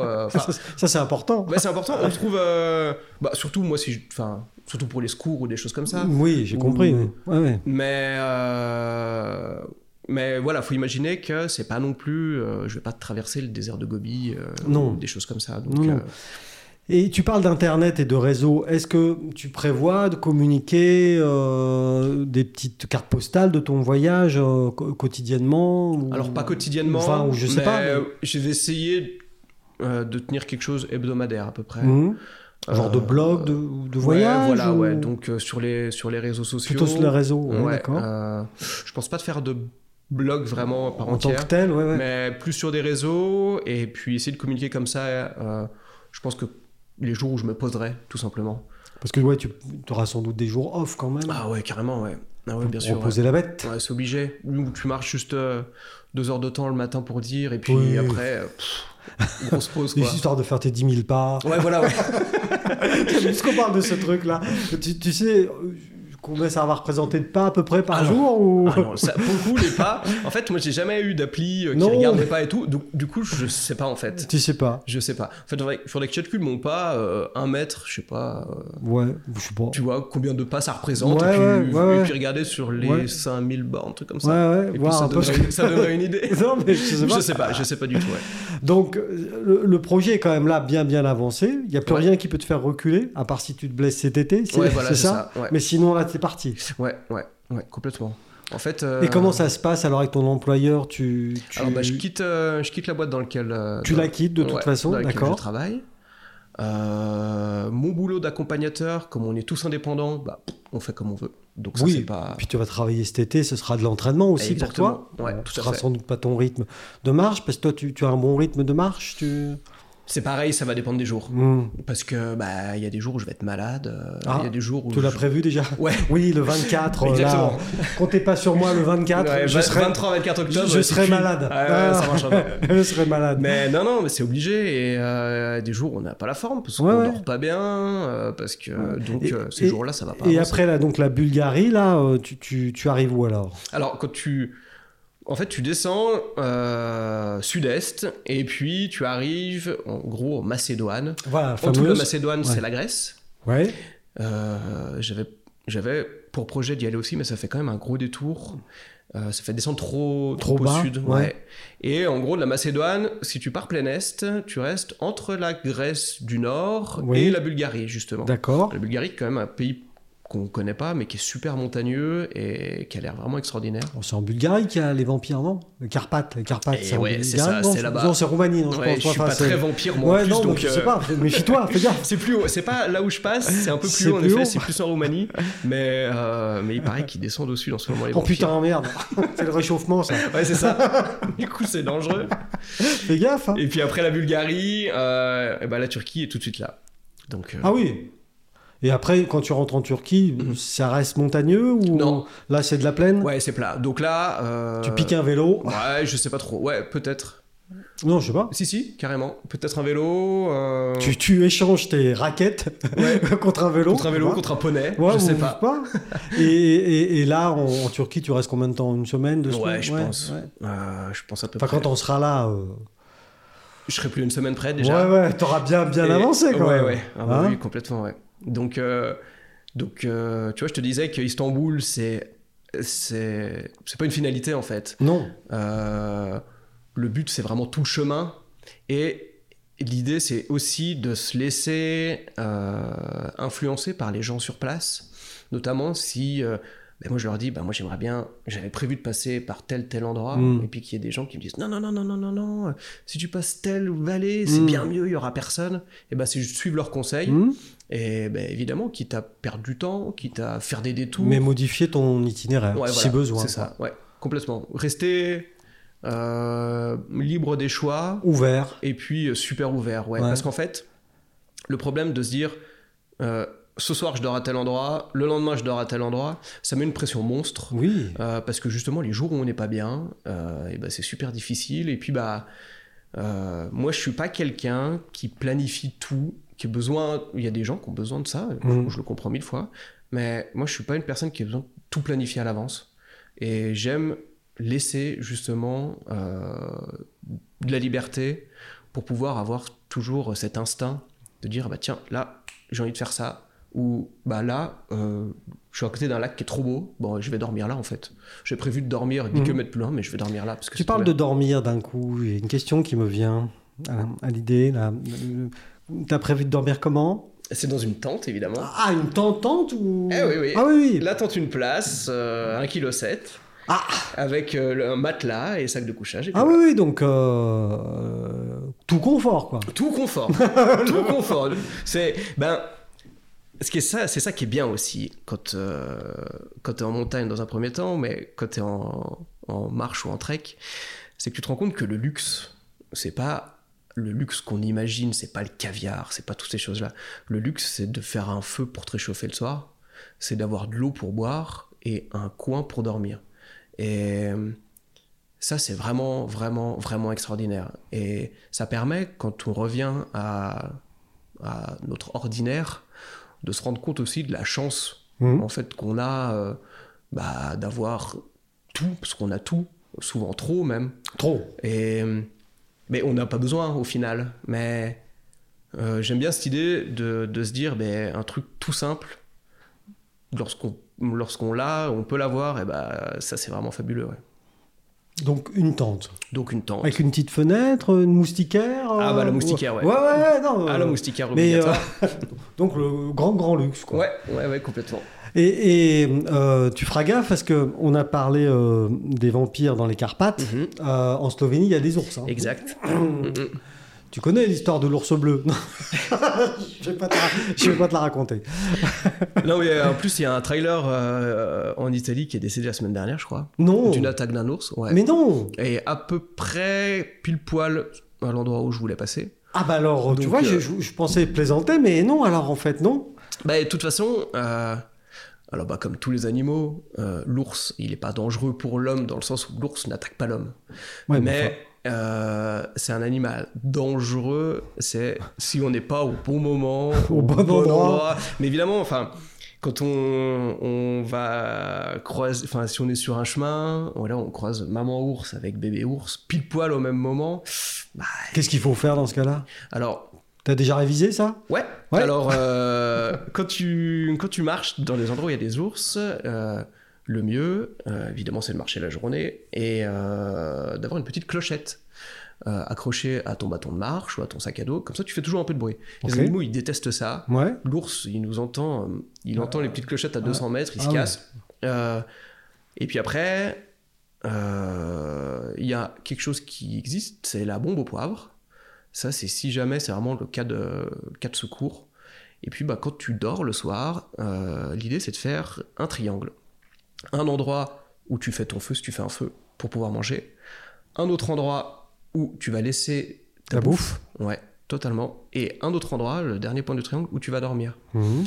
euh, enfin,
ça, ça, c'est important.
ouais, c'est important. On trouve, euh, bah, surtout moi si, je- enfin, surtout pour les secours ou des choses comme ça.
oui, j'ai
Ou-
compris. oui. Mmh. Ouais, ouais.
Mais, euh, mais voilà, faut imaginer que c'est pas non plus. euh, je vais pas traverser le désert de Gobi, euh,
Non.
ou des choses comme ça. Donc,
Non, non.
euh,
Et tu parles d'internet et de réseau. Est-ce que tu prévois de communiquer euh, des petites cartes postales de ton voyage euh, co- quotidiennement ou-
alors pas quotidiennement.
Enfin, ou je sais
mais
pas, mais-
Je vais essayer euh, de tenir quelque chose hebdomadaire à peu près.
Mhm. Genre de
Euh,
blog, de, de
ouais,
voyage
voilà,
ou-
ouais. Donc euh, sur les sur les réseaux sociaux.
plutôt sur les réseaux. ouais,
Ouais,
D'accord.
euh, je pense pas de faire de blog vraiment par
en tant
entière.
que tel, ouais, ouais.
mais plus sur des réseaux et puis essayer de communiquer comme ça. euh, je pense que les jours où je me poserai, tout simplement.
Parce que ouais, tu auras sans doute des jours off quand même.
Ah ouais, carrément, ouais. Ah ouais, bien sûr.
Reposer la
ouais.
bête.
Ouais, c'est obligé. Ou tu marches juste euh, deux heures de temps le matin pour dire, et puis
Oui.
après, euh, pff, grosse pause, quoi.
Histoire de faire tes 10 000 pas.
Ouais, voilà, ouais.
Est-ce qu'on parle de ce truc-là tu, tu sais euh, combien ça va représenter de pas à peu près par
Ah non.
jour ou...
Ah non, ça, pour le coup, les pas. En fait, moi, j'ai jamais eu d'appli euh, qui
Non,
regarde
mais-
les pas et tout. Du, du coup, je sais pas, en fait.
Tu sais pas.
Je sais pas. En fait, faudrait, faudrait que tu calcules mon pas, euh, un mètre, je sais pas, euh,
Ouais, je sais pas.
tu vois, combien de pas ça représente,
Ouais,
et, puis,
ouais, ouais,
et
ouais.
puis regarder sur les
Ouais.
5000 bars, un truc comme ça.
Ouais,
Et
ouais,
puis,
voir
ça,
un peu ce
donnerait, ça donnerait une idée.
que- Non, mais je sais pas.
Je sais pas, je sais pas du tout. ouais.
Donc, euh, le, le projet est quand même là, bien, bien avancé. Il n'y a plus
Ouais.
rien qui peut te faire reculer, à part si tu te blesses cet été. C'est
Ouais, voilà,
c'est
c'est
ça,
ça, ouais.
Mais sinon, là, t'es parti.
Ouais, ouais, ouais, complètement. En fait. euh,
Et comment ça se passe alors avec ton employeur Tu, tu,
Alors, bah, je quitte, euh, je quitte la boîte dans laquelle. euh,
tu
dans-
la quittes de toute
ouais,
façon,
dans laquelle Je
d'accord
travaille. Euh, mon boulot d'accompagnateur, comme on est tous indépendants, bah, on fait comme on veut. Donc ça, c'est
Oui,
pas.
puis tu vas travailler cet été, ce sera de l'entraînement aussi
Exactement.
pour toi.
Ouais,
Euh,
tout
ce
à
sera
fait.
sans doute pas ton rythme de marche, parce que toi, tu, tu as un bon rythme de marche. Tu...
C'est pareil, ça va dépendre des jours.
Hmm.
Parce que bah il y a des jours où je vais être malade. euh, Il
Ah,
y a des jours où.
Tu l'as
je-
prévu déjà
Ouais.
Oui, le 24. euh, là,
Exactement.
comptez pas sur moi le 24.
Ouais,
je
vingt-
serai,
23, 24
je,
octobre.
je
c'est
serai
cuit.
malade. Ah.
Ouais, ouais, ça marchera pas.
je serai malade.
Mais non, non, mais c'est obligé. Et euh, des jours, on n'a pas la forme parce
Ouais,
qu'on
ouais.
dort pas bien. euh, parce que donc
Et-
euh, ces
et-
jours-là, ça va pas.
Et
avancer.
après, là, donc la Bulgarie, là, euh, tu, tu, tu arrives où alors
Alors quand tu, en fait, tu descends euh, sud-est et puis tu arrives en gros en Macédoine.
Voilà,
En tout, la
fameuse.
Macédoine,
Ouais.
c'est la Grèce.
Ouais.
Euh, j'avais, j'avais pour projet d'y aller aussi, mais ça fait quand même un gros détour. Euh, ça fait descendre trop,
Trop
trop, au
bas,
sud.
ouais.
Et en gros, de la Macédoine, si tu pars plein est, tu restes entre la Grèce du Nord
Oui.
et la Bulgarie, justement.
D'accord.
La Bulgarie, qui est quand même un pays qu'on connaît pas, mais qui est super montagneux et qui a l'air vraiment extraordinaire.
Bon, c'est en Bulgarie qu'il y a les vampires, non Les Carpates, les Carpates,
Eh
c'est en
ouais,
Bulgarie.
c'est ça,
non,
c'est là-bas.
Non, c'est Roumanie, non, je pense.
Ouais, je suis
Enfin,
pas
c'est-
très vampire, moi,
ouais,
en plus,
non,
donc...
mais je
euh,
sais pas, méfie-toi, fais gaffe.
C'est plus haut, c'est pas là où je passe, c'est un peu
C'est
plus haut en
plus haut.
effet, c'est plus en Roumanie, mais, euh, mais il paraît qu'ils descendent au sud en ce moment les
Oh
vampires.
putain, merde, c'est le réchauffement, ça.
Ouais, c'est ça. du coup, c'est dangereux.
Fais gaffe. hein.
Et puis après la Bulgarie, euh, eh ben, la Turquie est tout de suite là. Donc, euh, Mm.
Ah oui et après, quand tu rentres en Turquie, ça reste montagneux ou
Non.
là c'est de la plaine
ouais, c'est plat. Donc là. euh,
Tu piques un vélo
Ouais, je sais pas trop. Ouais, peut-être.
Non, je sais pas.
Si, si, carrément. Peut-être un vélo. euh,
Tu, tu échanges tes raquettes contre un vélo.
Contre un vélo,
tu vois.
contre un poney.
Ouais,
je sais
ou-
pas.
Et, et- et là, en, en Turquie, tu restes combien de temps Une semaine Deux semaines
Ouais, je pense.
ouais.
Euh, je pense à peu
Enfin,
près.
quand on sera là, euh,
Je serai plus une semaine près déjà.
ouais, ouais, t'auras bien, bien
Et-
avancé quand
ouais,
même.
Ouais, Ah bah
Hein
oui, complètement, ouais. Donc, euh, donc euh, tu vois, je te disais que Istanbul, c'est. C'est c'est pas une finalité en fait.
Non,
Euh, le but, c'est vraiment tout le chemin. Et l'idée, c'est aussi de se laisser euh, influencer par les gens sur place, notamment si. euh, ben moi, je leur dis, ben moi, j'aimerais bien, j'avais prévu de passer par tel, tel endroit,
Mm.
et puis qu'il y ait des gens qui me disent, non, non, non, non, non, non, non, euh, si tu passes telle vallée, c'est
Mm.
bien mieux, il y aura personne. Et ben, c'est juste suivre leurs conseils,
Hmm
et ben, évidemment, quitte à perdre du temps, quitte à faire des détours.
mais modifier ton itinéraire
Ouais,
si
voilà,
besoin.
C'est ça, ouais, complètement. Rester euh, libre des choix
Ouvert.
et puis euh, super ouvert, ouais.
Ouais.
Parce qu'en fait, le problème de se dire euh, ce soir je dors à tel endroit, le lendemain je dors à tel endroit, ça met une pression monstre.
Oui.
Euh, parce que justement, les jours où on n'est pas bien, euh, eh ben, c'est super difficile. Et puis, bah, euh, moi, je suis pas quelqu'un qui planifie tout, qui a besoin. Il y a des gens qui ont besoin de ça.
Mhm.
Je, je le comprends mille fois. Mais moi, je suis pas une personne qui a besoin de tout planifier à l'avance. Et j'aime laisser justement euh, de la liberté pour pouvoir avoir toujours cet instinct de dire bah tiens là j'ai envie de faire ça ou bah là euh, je suis à côté d'un lac qui est trop beau bon je vais dormir là en fait j'ai prévu de dormir 10
Mhm.
km plus loin mais je vais dormir là parce que
Tu
c'est
parles de
trop
dormir d'un coup. Il y a une question qui me vient à, à l'idée. là. Euh, T'as prévu de dormir comment
bien. c'est dans une tente évidemment
Ah, une tentante ou
Eh oui, oui.
Ah oui, oui.
là tente une place euh, 1,7 kg
Ah,
avec euh, le- un matelas et sac de couchage et puis
ah oui,
voilà.
oui, donc euh, tout confort quoi.
tout confort tout confort c'est ben ce qui est ça c'est ça qui est bien aussi quand euh, quand t'es en montagne dans un premier temps mais quand t'es en en marche ou en trek c'est que tu te rends compte que le luxe c'est pas le luxe qu'on imagine, c'est pas le caviar, c'est pas toutes ces choses-là. Le luxe, c'est de faire un feu pour te réchauffer le soir, c'est d'avoir de l'eau pour boire et un coin pour dormir. Et ça, c'est vraiment, vraiment, vraiment extraordinaire. Et ça permet, quand on revient à, à notre ordinaire, de se rendre compte aussi de la chance
Mhm.
en fait qu'on a euh, bah, d'avoir tout, parce qu'on a tout, souvent trop même.
Trop.
Et, mais on n'a pas besoin au final. Mais euh, j'aime bien cette idée de, de se dire ben, un truc tout simple, lorsqu'on lorsqu'on l'a, on peut l'avoir, et bah, ça c'est vraiment fabuleux. ouais.
Donc une tente.
Donc une tente.
Avec une petite fenêtre, une moustiquaire.
Ah,
euh,
bah, la moustiquaire, ouais.
Ouais, ouais, non.
Ah,
euh,
la moustiquaire
Mais euh,
obligatoire.
donc le grand grand luxe quoi.
euh, Ouais, ouais, ouais, complètement.
Et, et, euh, tu feras gaffe parce que on a parlé euh, des vampires dans les Carpates.
Mhm.
Euh, en Slovénie, il y a des ours. hein.
Exact.
Tu connais l'histoire de l'ours bleu Non. Je vais pas te la- je vais pas te la raconter.
non, mais euh, en plus, il y a un trailer euh, en Italie qui est décédé la semaine dernière, je crois.
Non.
D'une attaque d'un ours, ouais.
Mais non.
Et à peu près pile poil à l'endroit où je voulais passer.
Ah bah alors, tu
Donc,
vois, je,
euh,
je- je pensais plaisanter, mais non. Alors en fait, non.
Bah, et de toute façon, euh, alors bah, comme tous les animaux, euh, l'ours, il n'est pas dangereux pour l'homme dans le sens où l'ours n'attaque pas l'homme.
Ouais, mais enfin,
Mais euh, c'est un animal dangereux, c'est si on n'est pas au bon moment,
Au bon endroit.
Mais évidemment, enfin, quand on, on va croiser, enfin, si on est sur un chemin, voilà, on croise maman ours avec bébé ours, pile poil au même moment. Bah,
qu'est-ce qu'il faut faire dans ce cas-là
alors,
T'as déjà révisé ça
Ouais.
Ouais.
Alors, euh, quand, tu, quand tu marches dans les endroits où il y a des ours, euh, le mieux, euh, évidemment, c'est de marcher la journée et euh, d'avoir une petite clochette euh, accrochée à ton bâton de marche ou à ton sac à dos. Comme ça, tu fais toujours un peu de bruit.
Ok.
Les animaux, ils détestent ça.
Ouais.
L'ours, il nous entend, euh, il entend les petites clochettes à 200 mètres, il
Ah
se
ouais.
casse. Euh, et puis après, euh, il y a quelque chose qui existe, c'est la bombe au poivre. Ça, c'est si jamais, c'est vraiment le cas de, le cas de secours. Et puis, bah, quand tu dors le soir, euh, l'idée, c'est de faire un triangle. Un endroit où tu fais ton feu, si tu fais un feu, pour pouvoir manger. Un autre endroit où tu vas laisser ta
La
bouffe. Ouais, totalement. Et un autre endroit, le dernier point du triangle, où tu vas dormir.
Mhm.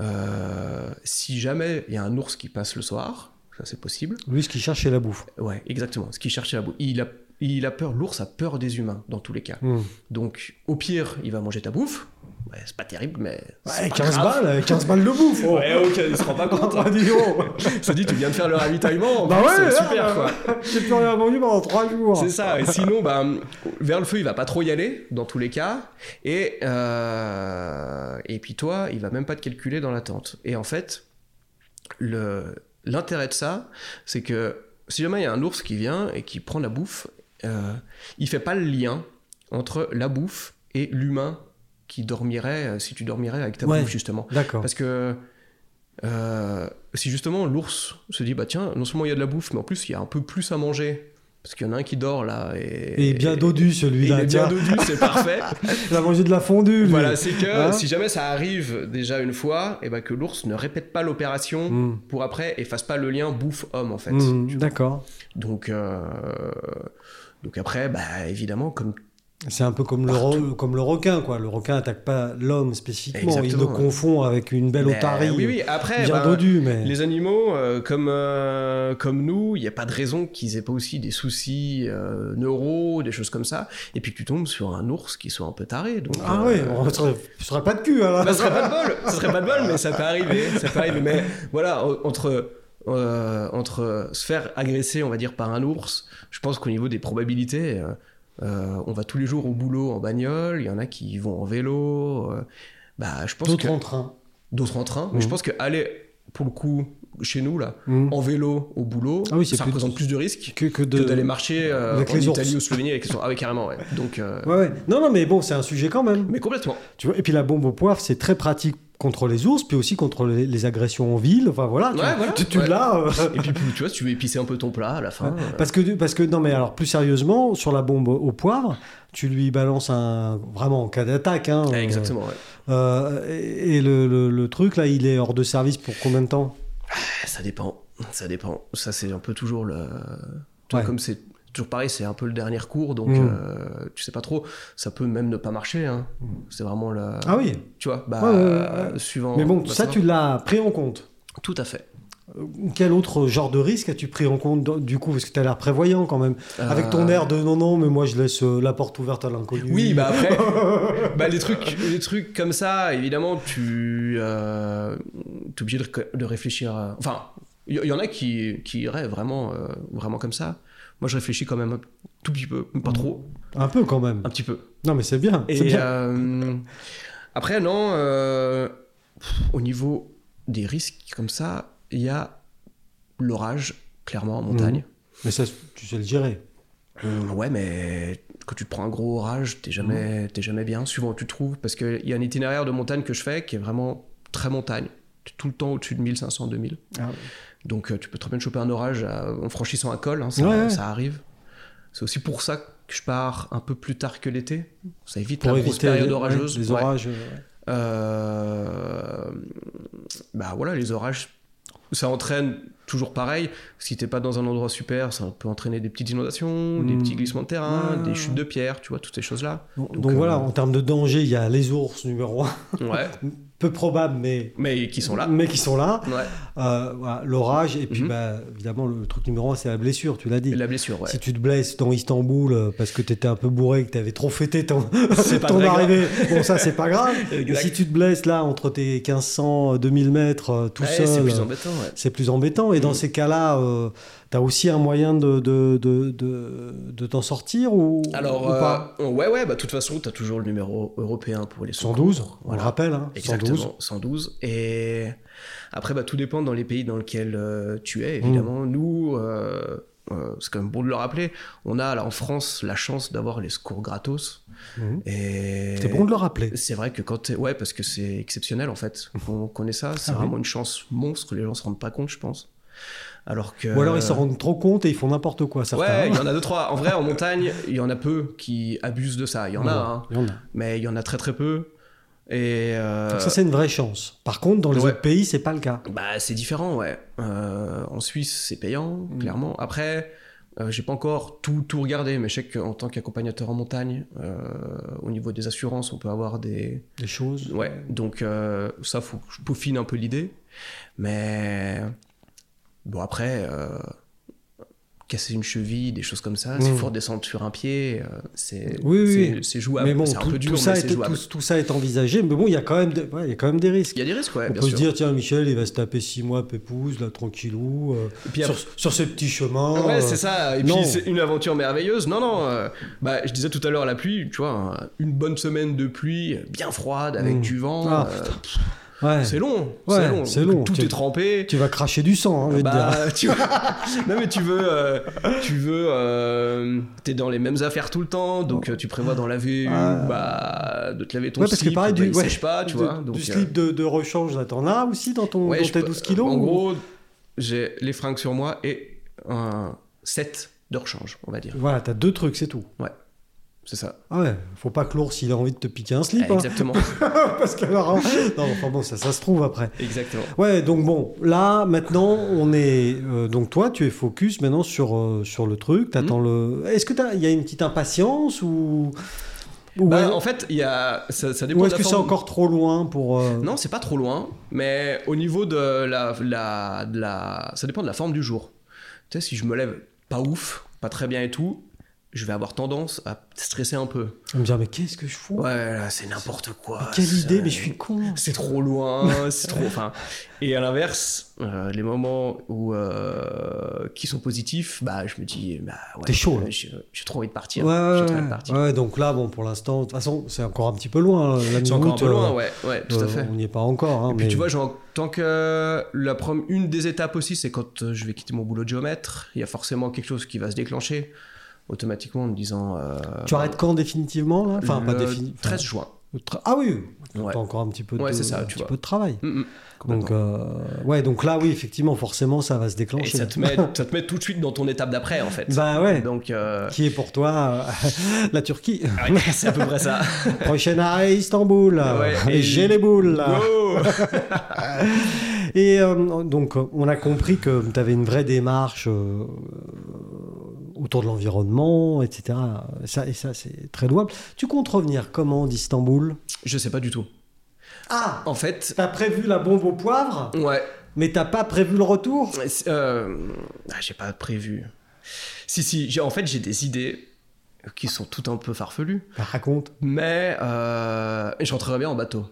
Euh, si jamais il y a un ours qui passe le soir, ça c'est possible.
Lui, ce qu'il cherche, c'est la bouffe.
Ouais, exactement. Ce qu'il cherchait à bout. Il a, il a peur, l'ours a peur des humains dans tous les cas.
Mhm.
Donc au pire, il va manger ta bouffe. Ouais, c'est pas terrible, mais. c'est
Ouais,
pas
15
grave.
balles, 15 balles de bouffe. oh.
Ouais, ok, il se rend pas compte.
Ah, dis donc.
se dit, tu viens de faire le ravitaillement. en
Bah
plus,
ouais,
c'est super
ouais.
quoi.
J'ai plus rien vendu pendant 3 jours.
C'est ça. Et sinon, bah, vers le feu, il va pas trop y aller, dans tous les cas. Et, euh, et puis toi, il va même pas te calculer dans la tente. Et en fait, le- l'intérêt de ça, c'est que si jamais il y a un ours qui vient et qui prend la bouffe, euh, il fait pas le lien entre la bouffe et l'humain qui dormirait, euh, si tu dormirais avec ta
Ouais.
bouffe, justement.
D'accord.
Parce que euh, si justement l'ours se dit, bah tiens, non seulement il y a de la bouffe, mais en plus il y a un peu plus à manger. Parce qu'il y en a un qui dort là. Et,
Et bien dodu
et il
celui-là.
est
tiens.
bien dodu, c'est parfait.
Il a mangé de la fondue. lui.
voilà, c'est que
Hein
si jamais ça arrive déjà une fois, et ben que l'ours ne répète pas l'opération
Mm.
pour après et fasse pas le lien bouffe-homme en fait.
Mm,
Tu vois.
D'accord.
Donc, euh, donc après, bah évidemment, comme
C'est un peu comme le, ro- comme le requin, quoi. Le requin attaque pas l'homme spécifiquement. Il le
Exactement, ouais.
confond avec une belle
Mais-
otarie.
bah,
euh,
Oui, oui, après.
Bien
bah,
dodu, mais.
Les animaux, euh, comme, euh, comme nous, il n'y a pas de raison qu'ils aient pas aussi des soucis euh, neuro, des choses comme ça. Et puis que tu tombes sur un ours qui soit un peu taré. Donc,
Ah
euh,
ouais, on serait, ce serait pas de cul, alors.
bah, ce serait pas de bol, ce serait pas de bol, mais ça peut arriver, ça peut arriver. Mais voilà, en- entre euh, entre se faire agresser, on va dire, par un ours, je pense qu'au niveau des probabilités, euh, euh, on va tous les jours au boulot en bagnole, il y en a qui vont en vélo. euh, bah, je pense
D'autres
que
en train.
d'autres en train. Mais
Mhm.
je pense que aller pour le coup chez nous là
Mm.
en vélo au boulot,
Ah oui, c'est
ça
plus-
représente plus de risques
Que, que
que
de.
d'aller marcher euh,
avec
en
les ours.
Italie ou Slovénie avec les ours. Ah oui, carrément, ouais. Donc, euh,
Ouais, ouais. Non, non, mais bon, c'est un sujet quand même.
mais complètement.
Tu vois, et puis la bombe au poivre, c'est très pratique contre les ours, puis aussi contre les, les agressions en ville. Enfin voilà, tu,
Ouais, voilà,
tu, tu
ouais.
l'as. euh,
Et puis, tu vois, si tu veux épicer un peu ton plat à la fin. euh,
Parce que, parce que, non, mais alors, plus sérieusement, sur la bombe au poivre, tu lui balances un. Vraiment, en cas d'attaque. Hein,
ouais,
euh,
exactement, ouais.
euh, et et le, le- le truc, là, il est hors de service pour combien de temps
Eh, Ah, Ça dépend, ça dépend. Ça, c'est un peu toujours le. tu vois,
Ouais.
Comme c'est toujours pareil, c'est un peu le dernier cours, donc
Mm.
euh, tu sais pas trop. Ça peut même ne pas marcher. hein. C'est vraiment la.
Ah oui.
Tu vois, bah,
Ouais, ouais, ouais.
suivant.
Mais bon,
bah,
ça,
va.
tu l'as pris en compte.
Tout à fait.
Euh, Quel autre genre de risque as-tu pris en compte dans- du coup Parce que tu as l'air prévoyant quand même. Avec ton
Euh,
air de non, non, mais moi je laisse euh, la porte ouverte à l'inconnu.
Oui, bah après, bah les trucs, les trucs comme ça, évidemment, tu euh, es obligé de, ré- de réfléchir. à- Enfin, il y, y en a qui, qui rêvent vraiment, euh, vraiment comme ça. Moi, je réfléchis quand même un tout petit peu, pas trop,
Un peu quand même.
un petit peu.
Non, mais c'est bien. c'est
Et
bien.
euh, après, non, euh, pff, au niveau des risques comme ça, il y a l'orage, clairement, en montagne.
Mais ça, tu sais le gérer.
Hum, Ouais, mais quand tu te prends un gros orage, t'es
Mm.
jamais, t'es jamais bien, suivant où tu te trouves. Parce qu'il y a un itinéraire de montagne que je fais qui est vraiment très montagne. T'es tout le temps au-dessus de 1500, 2000. Donc euh, tu peux très bien te choper un orage à- en franchissant un col, hein, ça,
Ouais, ouais.
ça arrive. C'est aussi pour ça que je pars un peu plus tard que l'été. Ça évite
Pour
la grosse
éviter
période
les,
orageuse.
ouais, les
Ouais.
orages. euh, ouais.
Euh, Bah voilà, les orages, ça entraîne toujours pareil. Si t'es pas dans un endroit super, ça peut entraîner des petites inondations, des
Mm.
petits glissements de terrain,
Ouais.
des chutes de pierres, tu vois, toutes ces choses-là.
Donc,
Donc,
donc
euh,
voilà, en termes de danger, il y a les ours numéro un,
Ouais,
peu probable, mais
mais qui sont là.
mais qui sont là.
Ouais.
Euh, voilà, L'orage et puis
Mhm.
bah, évidemment le truc numéro un, c'est la blessure. Tu l'as dit.
Et la blessure, ouais.
Si tu te blesses dans Istanbul euh, parce que t'étais un peu bourré et que t'avais trop fêté ton,
C'est pas
ton
très grave.
arrivée, bon ça c'est pas grave.
Exact.
Mais si tu te blesses là entre tes 1500 euh, 2000 mètres euh, tout
Ouais,
seul,
c'est plus
euh,
embêtant, ouais.
c'est plus embêtant. Et dans
Mhm.
ces cas-là, euh, t'as aussi un moyen de, de, de, de, de t'en sortir ou,
Alors,
ou pas
euh, ouais, ouais, bah de toute façon, t'as toujours le numéro européen pour les secours.
112, on
voilà.
le rappelle, hein, 112.
Exactement, 112. Et après, bah, tout dépend dans les pays dans lesquels euh, tu
Mmh.
es, évidemment. Nous, euh, euh, c'est quand même bon de le rappeler, on a là, en France la chance d'avoir les secours gratos.
Mhm.
Et
C'est bon de le rappeler.
C'est vrai que quand t'es- Ouais, parce que c'est exceptionnel, en fait, qu'on connaît ça. C'est
Ah oui.
vraiment une chance monstre, les gens se rendent pas compte, je pense. Alors que...
Ou alors ils s'en rendent trop compte et ils font n'importe quoi, certains.
euh, Ouais, il y
hein.
en a deux, trois. En vrai, en montagne, il y en a peu qui abusent de ça. Il y en a, hein,
Il y en a.
mais il y en a très très peu. Et euh,
Donc ça c'est une vraie chance. Par contre, dans les
Ouais.
autres pays, c'est pas le cas.
Bah, c'est différent, ouais. Euh, en Suisse, c'est payant,
Mm.
clairement. Après, euh, j'ai pas encore tout, tout regardé, mais je sais qu'en tant qu'accompagnateur en montagne, euh, au niveau des assurances, on peut avoir des.
Des choses.
Ouais, donc euh, ça, faut que je peaufine un peu l'idée. Mais bon, après, euh, casser une cheville, des choses comme ça, s'il
Mm.
faut redescendre sur un pied, euh, c'est
Oui, oui,
c'est-
oui.
c'est jouable.
mais bon,
c'est un
tout,
peu dur,
tout ça
mais
est,
c'est
tout,
jouable.
tout ça est envisagé. Mais bon, il y a quand même, des- ouais, il y a quand même des risques.
Il y a des risques, ouais,
On
bien
peut
sûr.
se dire, tiens, Michel, il va se taper six mois pépouze, là, tranquillou, euh,
Et puis Ah
sur, sur ce petit chemin.
Ouais,
euh,
c'est ça. Et
non.
puis c'est une aventure merveilleuse. Non, non. euh, bah, je disais tout à l'heure la pluie. Tu vois, un- une bonne semaine de pluie, bien froide, avec
Mm.
du vent.
Ah,
euh,
putain. ouais.
c'est long.
Ouais,
c'est long.
c'est long.
Tout
Tu-
est trempé.
Tu vas cracher du sang, hein, je vais te dire.
Bah, tu vois. non mais tu veux, euh, tu veux, euh, t'es dans les mêmes affaires tout le temps, donc euh, tu prévois dans la vue,
Ah.
bah, de te laver ton
Ouais, parce que
slip,
pareil,
bah,
du-
il
ouais,
sèche pas, tu
du,
vois. Donc,
du
euh,
slip de, de rechange, là, t'en as aussi dans, ton,
ouais,
dans
je
tes
peux-
12 kilos
En
ou-
gros, j'ai les fringues sur moi et un set de rechange, on va dire.
Voilà, t'as deux trucs, c'est tout.
C'est ça.
Ah ouais, faut pas que l'ours, il a envie de te piquer un slip,
Ah,
hein,
Exactement.
parce que alors, non, enfin bon, ça, ça se trouve après.
Exactement.
Ouais, donc bon, là, maintenant, on est. euh, donc toi, tu es focus maintenant sur, euh, sur le truc. T'attends
Hmm.
le. Est-ce que t'as- il y a une petite impatience ou. Ou,
Bah,
est-
en fait, il y a, ça, ça dépend
ou
de
est-ce
la
que c'est
forme.
encore trop loin pour. euh,
Non, c'est pas trop loin, mais au niveau de la, la- de la- ça dépend de la forme du jour. Tu sais, si je me lève pas ouf, pas très bien et tout, je vais avoir tendance à stresser un peu.
à me dire, mais qu'est-ce que je fous
Ouais, là, c'est n'importe quoi.
Mais Quelle
c'est-
idée, mais je suis con.
C'est trop loin, c'est trop. Enfin, et à l'inverse, euh, les moments où euh, qui sont positifs, bah, je me dis, bah, ouais,
T'es chaud, là.
J'ai j'ai trop envie de partir.
Ouais,
j'ai
ouais,
trop envie de
ouais.
partir.
Ouais, donc là, bon, pour l'instant, de toute façon, c'est encore un petit peu loin. La
C'est encore un
minute,
peu loin,
euh,
ouais, ouais, tout à
euh,
fait.
On n'y est pas encore. Hein,
Puis
mais-
tu vois, genre, tant que euh, la prom- une des étapes aussi, c'est quand euh, je vais quitter mon boulot de géomètre, il y a forcément quelque chose qui va se déclencher automatiquement en me disant. euh,
Tu arrêtes quand définitivement là Enfin, pas
le
définitivement.
13 juin.
Ah oui,
Ouais.
t'as encore un petit peu de,
Ouais, c'est ça,
un
tu
petit
vois.
peu de travail.
Mm, mm,
Donc,
complètement.
euh, ouais, donc là, oui, effectivement, forcément, ça va se
Et
déclencher.
ça te, met, ça te met tout de suite dans ton étape d'après, en fait.
Bah ouais.
Donc, euh,
Qui est pour toi euh, la Turquie
ouais, c'est à peu près ça.
Prochaine arrêt Istanbul.
Ouais,
et
et-
Ah, j'ai les boules. là.
Go
Et euh, donc, euh, on a compris que tu avais une vraie démarche euh, autour de l'environnement, etc. Ça, et ça, c'est très louable. Tu comptes revenir comment d'Istanbul
Je sais pas du tout.
Ah
En fait,
T'as prévu la bombe au poivre,
ouais,
mais t'as pas prévu le retour
c'est- euh, ah, j'ai pas prévu. Si, si, j'ai- en fait, j'ai des idées qui sont toutes un peu farfelues,
Bah, Raconte.
mais euh, je rentrerai bien en bateau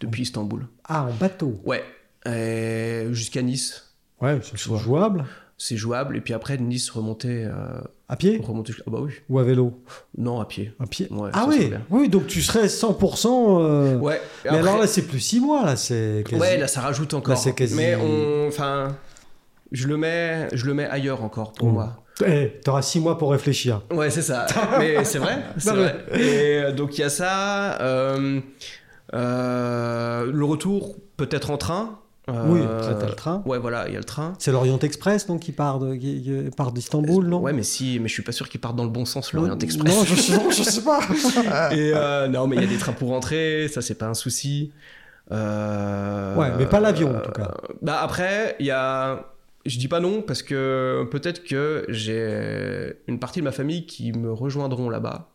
depuis Istanbul.
Ah, en bateau.
Ouais, Et jusqu'à Nice.
Ouais, c'est
Soit.
jouable.
C'est jouable, et puis après de Nice remonter, euh,
À pied
remonter. Ah bah oui,
ou à vélo
non à pied.
À pied.
Ouais,
ah
ça
oui,
serait bien.
oui, donc tu serais 100%. euh,
Ouais. et
Mais
après-
alors là, c'est plus 6 mois, là, c'est quasi-
ouais, là ça rajoute encore.
Là, c'est quasi-
Mais on, enfin, je le mets, je le mets ailleurs encore pour
Mm.
moi.
Eh, t'auras 6 mois pour réfléchir.
Ouais, c'est ça. Mais c'est vrai. C'est
Non,
vrai. Et euh, donc il y a ça. euh, euh, le retour, peut-être en train. euh,
Oui, après, t'as le train.
Ouais, voilà, il y a le train.
C'est l'Orient Express, donc, qui part de- qui- qui part d'Istanbul, non
Ouais, mais si, mais je suis pas sûr qu'il parte dans le bon sens, l'Orient Express.
Non, je sais, non, je sais pas.
Et, euh, non, mais il y a des trains pour rentrer, ça c'est pas un souci. Euh,
Ouais, mais pas l'avion, en tout cas.
Bah après, il y a. Je dis pas non parce que peut-être que j'ai une partie de ma famille qui me rejoindront là-bas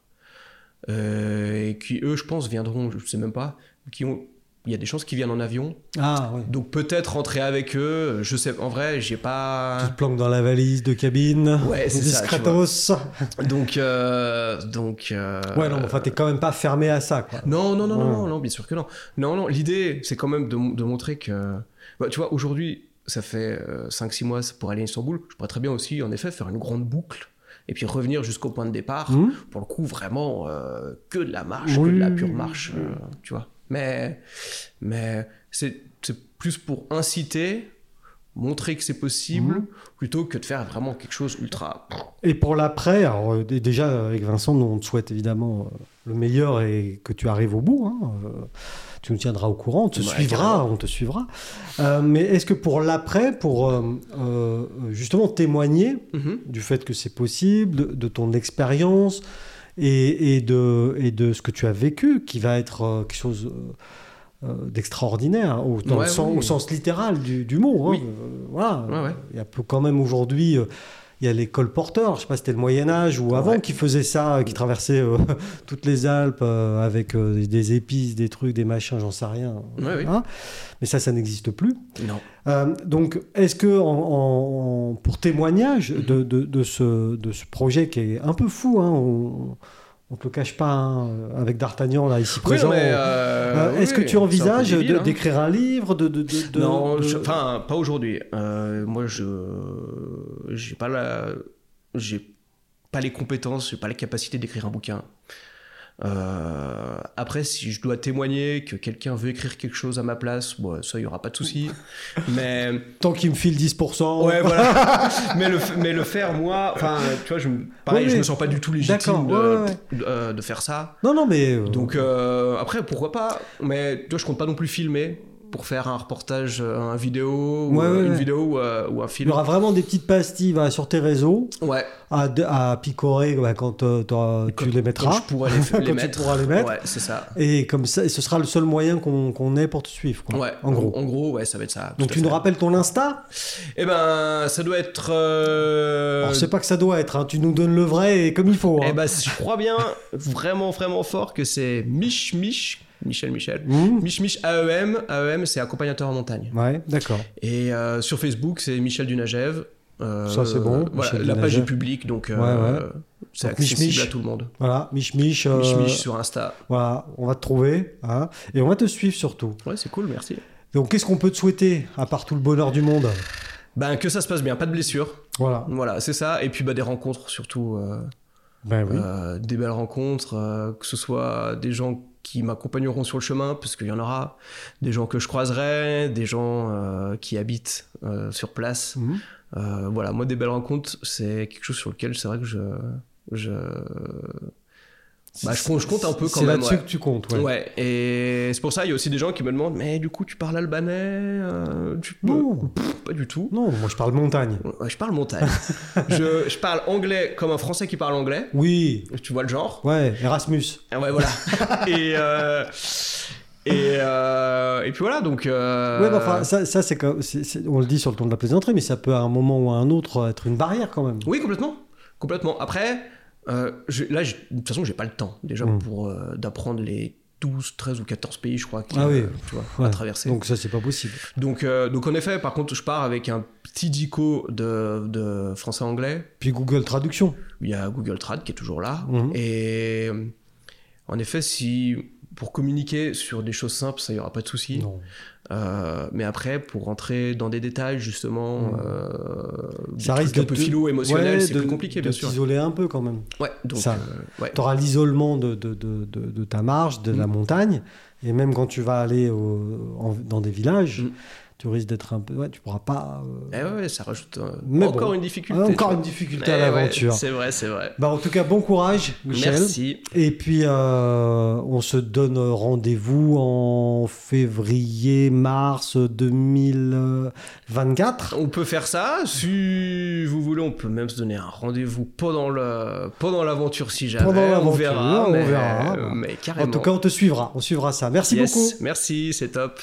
euh, et qui eux, je pense, viendront, je sais même pas, qui ont. Il y a des chances qu'ils viennent en avion,
Ah, ouais.
donc peut-être rentrer avec eux. Je sais, en vrai, j'ai
Tu te
pas.
planques dans la valise de cabine.
Ouais, c'est ça, tu
Discretos.
Donc, euh, donc. euh,
Ouais, non, mais enfin, t'es quand même pas fermé à ça, quoi.
Non, non, non, non,
Ouais.
non, non, bien sûr que non. Non, non, l'idée, c'est quand même de, mon- de montrer que. Bah, tu vois, aujourd'hui, ça fait 5-6 mois pour aller à Istanbul. Je pourrais très bien aussi, en effet, faire une grande boucle et puis revenir jusqu'au point de départ.
Hum
Pour le coup, vraiment, euh, que de la marche,
Oui,
que de la
oui,
pure
oui,
marche, euh, tu vois. Mais, mais c'est c'est plus pour inciter, montrer que c'est possible,
Mhm.
plutôt que de faire vraiment quelque chose ultra.
Et pour l'après, alors, euh, d- déjà avec Vincent, nous on te souhaite évidemment euh, le meilleur et que tu arrives au bout. hein, euh, Tu nous tiendras au courant, on te
Ouais,
suivra,
carrément.
on te suivra. Euh, mais est-ce que pour l'après, pour euh, euh, justement témoigner
Mhm.
du fait que c'est possible, de, de ton expérience et, et de, et de ce que tu as vécu, qui va être euh, quelque chose euh, euh, d'extraordinaire, hein, au, dans le
Ouais,
sens,
oui.
au sens littéral du, du mot. hein,
Oui.
euh, voilà.
Ouais, ouais.
Il y a peu- quand même aujourd'hui. euh, il y a les colporteurs, je sais pas si c'était le Moyen Âge ou avant,
Ouais. Mm.
qui faisaient ça, euh, qui traversaient euh, toutes les Alpes euh, avec euh, des- des épices, des trucs, des machins, j'en sais rien.
Ouais, oui.
Hein Mais ça, ça n'existe plus.
Non.
Euh, donc, est-ce que en- en- en- pour témoignage de, de- de ce, de ce projet qui est un peu fou, hein, on ne te le cache pas, hein, avec D'Artagnan là ici
Oui, non,
présent,
mais,
euh,
euh,
est-ce
oui,
que
c'est
tu
un peu
envisages de-
débile, hein.
d'écrire un livre, de, de- de- de-
non,
de-
je- enfin, pas aujourd'hui. Euh, moi, je j'ai pas la, j'ai pas les compétences, j'ai pas les capacités d'écrire un bouquin. Euh, après, si je dois témoigner que quelqu'un veut écrire quelque chose à ma place, bon, ça, il y aura pas de souci. mais
tant qu'il me file 10%,
ouais, voilà. mais le, mais le faire moi, enfin, tu vois, je, me- pareil,
Ouais,
je
mais-
me sens pas du tout
D'accord,
légitime de,
ouais, ouais.
de- euh, de faire ça.
non non mais euh,
Donc euh, après, pourquoi pas Mais tu vois, je compte pas non plus filmer pour faire un reportage, euh, un vidéo, ou,
Ouais,
euh,
ouais,
une
ouais.
vidéo ou, euh, ou un
il y
film.
aura vraiment des petites pastilles va, sur tes réseaux
Ouais.
à, à picorer bah, quand, euh, t'auras- tu
Quand-
les mettras.
Quand je pourrais les, f-
Quand
les
tu
mettre.
pourras les mettre.
Ouais, c'est ça.
Et comme ça, et ce sera le seul moyen qu'on qu'on ait pour te suivre. quoi,
Ouais.
En gros.
En gros, ouais, ça va être ça. tout
Donc
à
tu nous
fait.
rappelles ton Insta
Eh ben, ça doit être. euh,
Alors, c'est pas que ça doit être, hein. tu nous donnes le vrai et comme il faut. hein.
Eh ben, je crois bien, vraiment, vraiment fort que c'est Mich Mich, Michel Michel.
Mmh.
Mich E Mich AEM. AEM, c'est accompagnateur en montagne.
Ouais, d'accord.
Et euh, sur Facebook, c'est Michel Dunagev. Euh,
Ça, c'est bon,
voilà,
Michel
la page
Dunagev.
est publique, donc euh,
Ouais, ouais.
c'est
Donc, Mich
accessible
Mich.
à tout le monde.
Voilà, Mich Mich, euh,
Mich Mich sur Insta.
voilà, on va te trouver hein, et on va te suivre surtout.
Ouais, c'est cool, merci.
Donc qu'est-ce qu'on peut te souhaiter à part tout le bonheur du monde
Ben, que ça se passe bien, pas de blessures.
Voilà.
Voilà, c'est ça. Et puis, bah, des rencontres surtout. euh,
Ben oui.
euh, des belles rencontres, euh, que ce soit des gens qui m'accompagneront sur le chemin, parce qu'il y en aura, des gens que je croiserai, des gens euh, qui habitent euh, sur place.
Mmh.
Euh, voilà, moi, des belles rencontres, c'est quelque chose sur lequel c'est vrai que je. je... Bah, je compte- je compte un peu quand
C'est
même,
là-dessus
ouais.
que tu comptes, ouais.
Ouais. et c'est pour ça, il y a aussi des gens qui me demandent Mais du coup, tu parles albanais euh, tu peux...
Non,
Pas du tout.
non, moi je parle montagne.
Ouais, Je parle montagne. je, je parle anglais comme un français qui parle anglais.
Oui,
Tu vois le genre
ouais, Erasmus.
Ah Ouais, voilà. et, euh, et, euh, et puis voilà, donc. euh,
Ouais, bah, enfin, ça, ça, c'est comme- c'est- c'est- on le dit sur le ton de la plaisanterie, mais ça peut à un moment ou à un autre être une barrière quand même.
Oui, complètement. Complètement. Après, euh, je- là, j'ai- de toute façon, j'ai pas le temps déjà
Mm.
pour euh, d'apprendre les 12, 13 ou 14 pays, je crois, qui,
Ah oui.
euh, tu vois,
Ouais.
à traverser.
Donc ça, c'est pas possible.
Donc, euh, donc en effet, par contre, je pars avec un petit dico de, de français-anglais.
Puis Google Traduction.
Il y a Google Trad qui est toujours là.
Mhm.
Et euh, en effet, si pour communiquer sur des choses simples, ça y aura pas de souci.
Non.
Euh, mais après, pour rentrer dans des détails, justement,
Mhm.
euh, des
Ça
trucs
risque
un
de
peu
te-
philo émotionnel,
Ouais,
c'est
de-
plus compliqué,
de
bien sûr.
t'isoler un peu quand même.
Ouais, donc
Ça.
euh, ouais.
Tu auras l'isolement de, de, de, de- de ta marge, de la
Mm.
montagne. Et même quand tu vas aller au- en- dans des villages,
Mm.
tu risques d'être un peu. Ouais, tu pourras pas. euh,
Eh ouais, ouais, ça rajoute euh,
Mais
encore
bon.
une difficulté.
encore
tu
une
vois.
difficulté à
Eh ouais,
l'aventure.
c'est vrai, c'est vrai.
bah, en tout cas, bon courage, Michel.
Eh. Merci.
Et puis, euh, on se donne rendez-vous en février, mars 2024.
On peut faire ça. Si vous voulez, on peut même se donner un rendez-vous pendant le pendant l'aventure si jamais.
Pendant
on
l'aventure,
verra.
on
mais,
verra.
mais
En
carrément.
tout cas, on te suivra. On suivra ça. Merci
Yes,
beaucoup.
Merci, c'est top.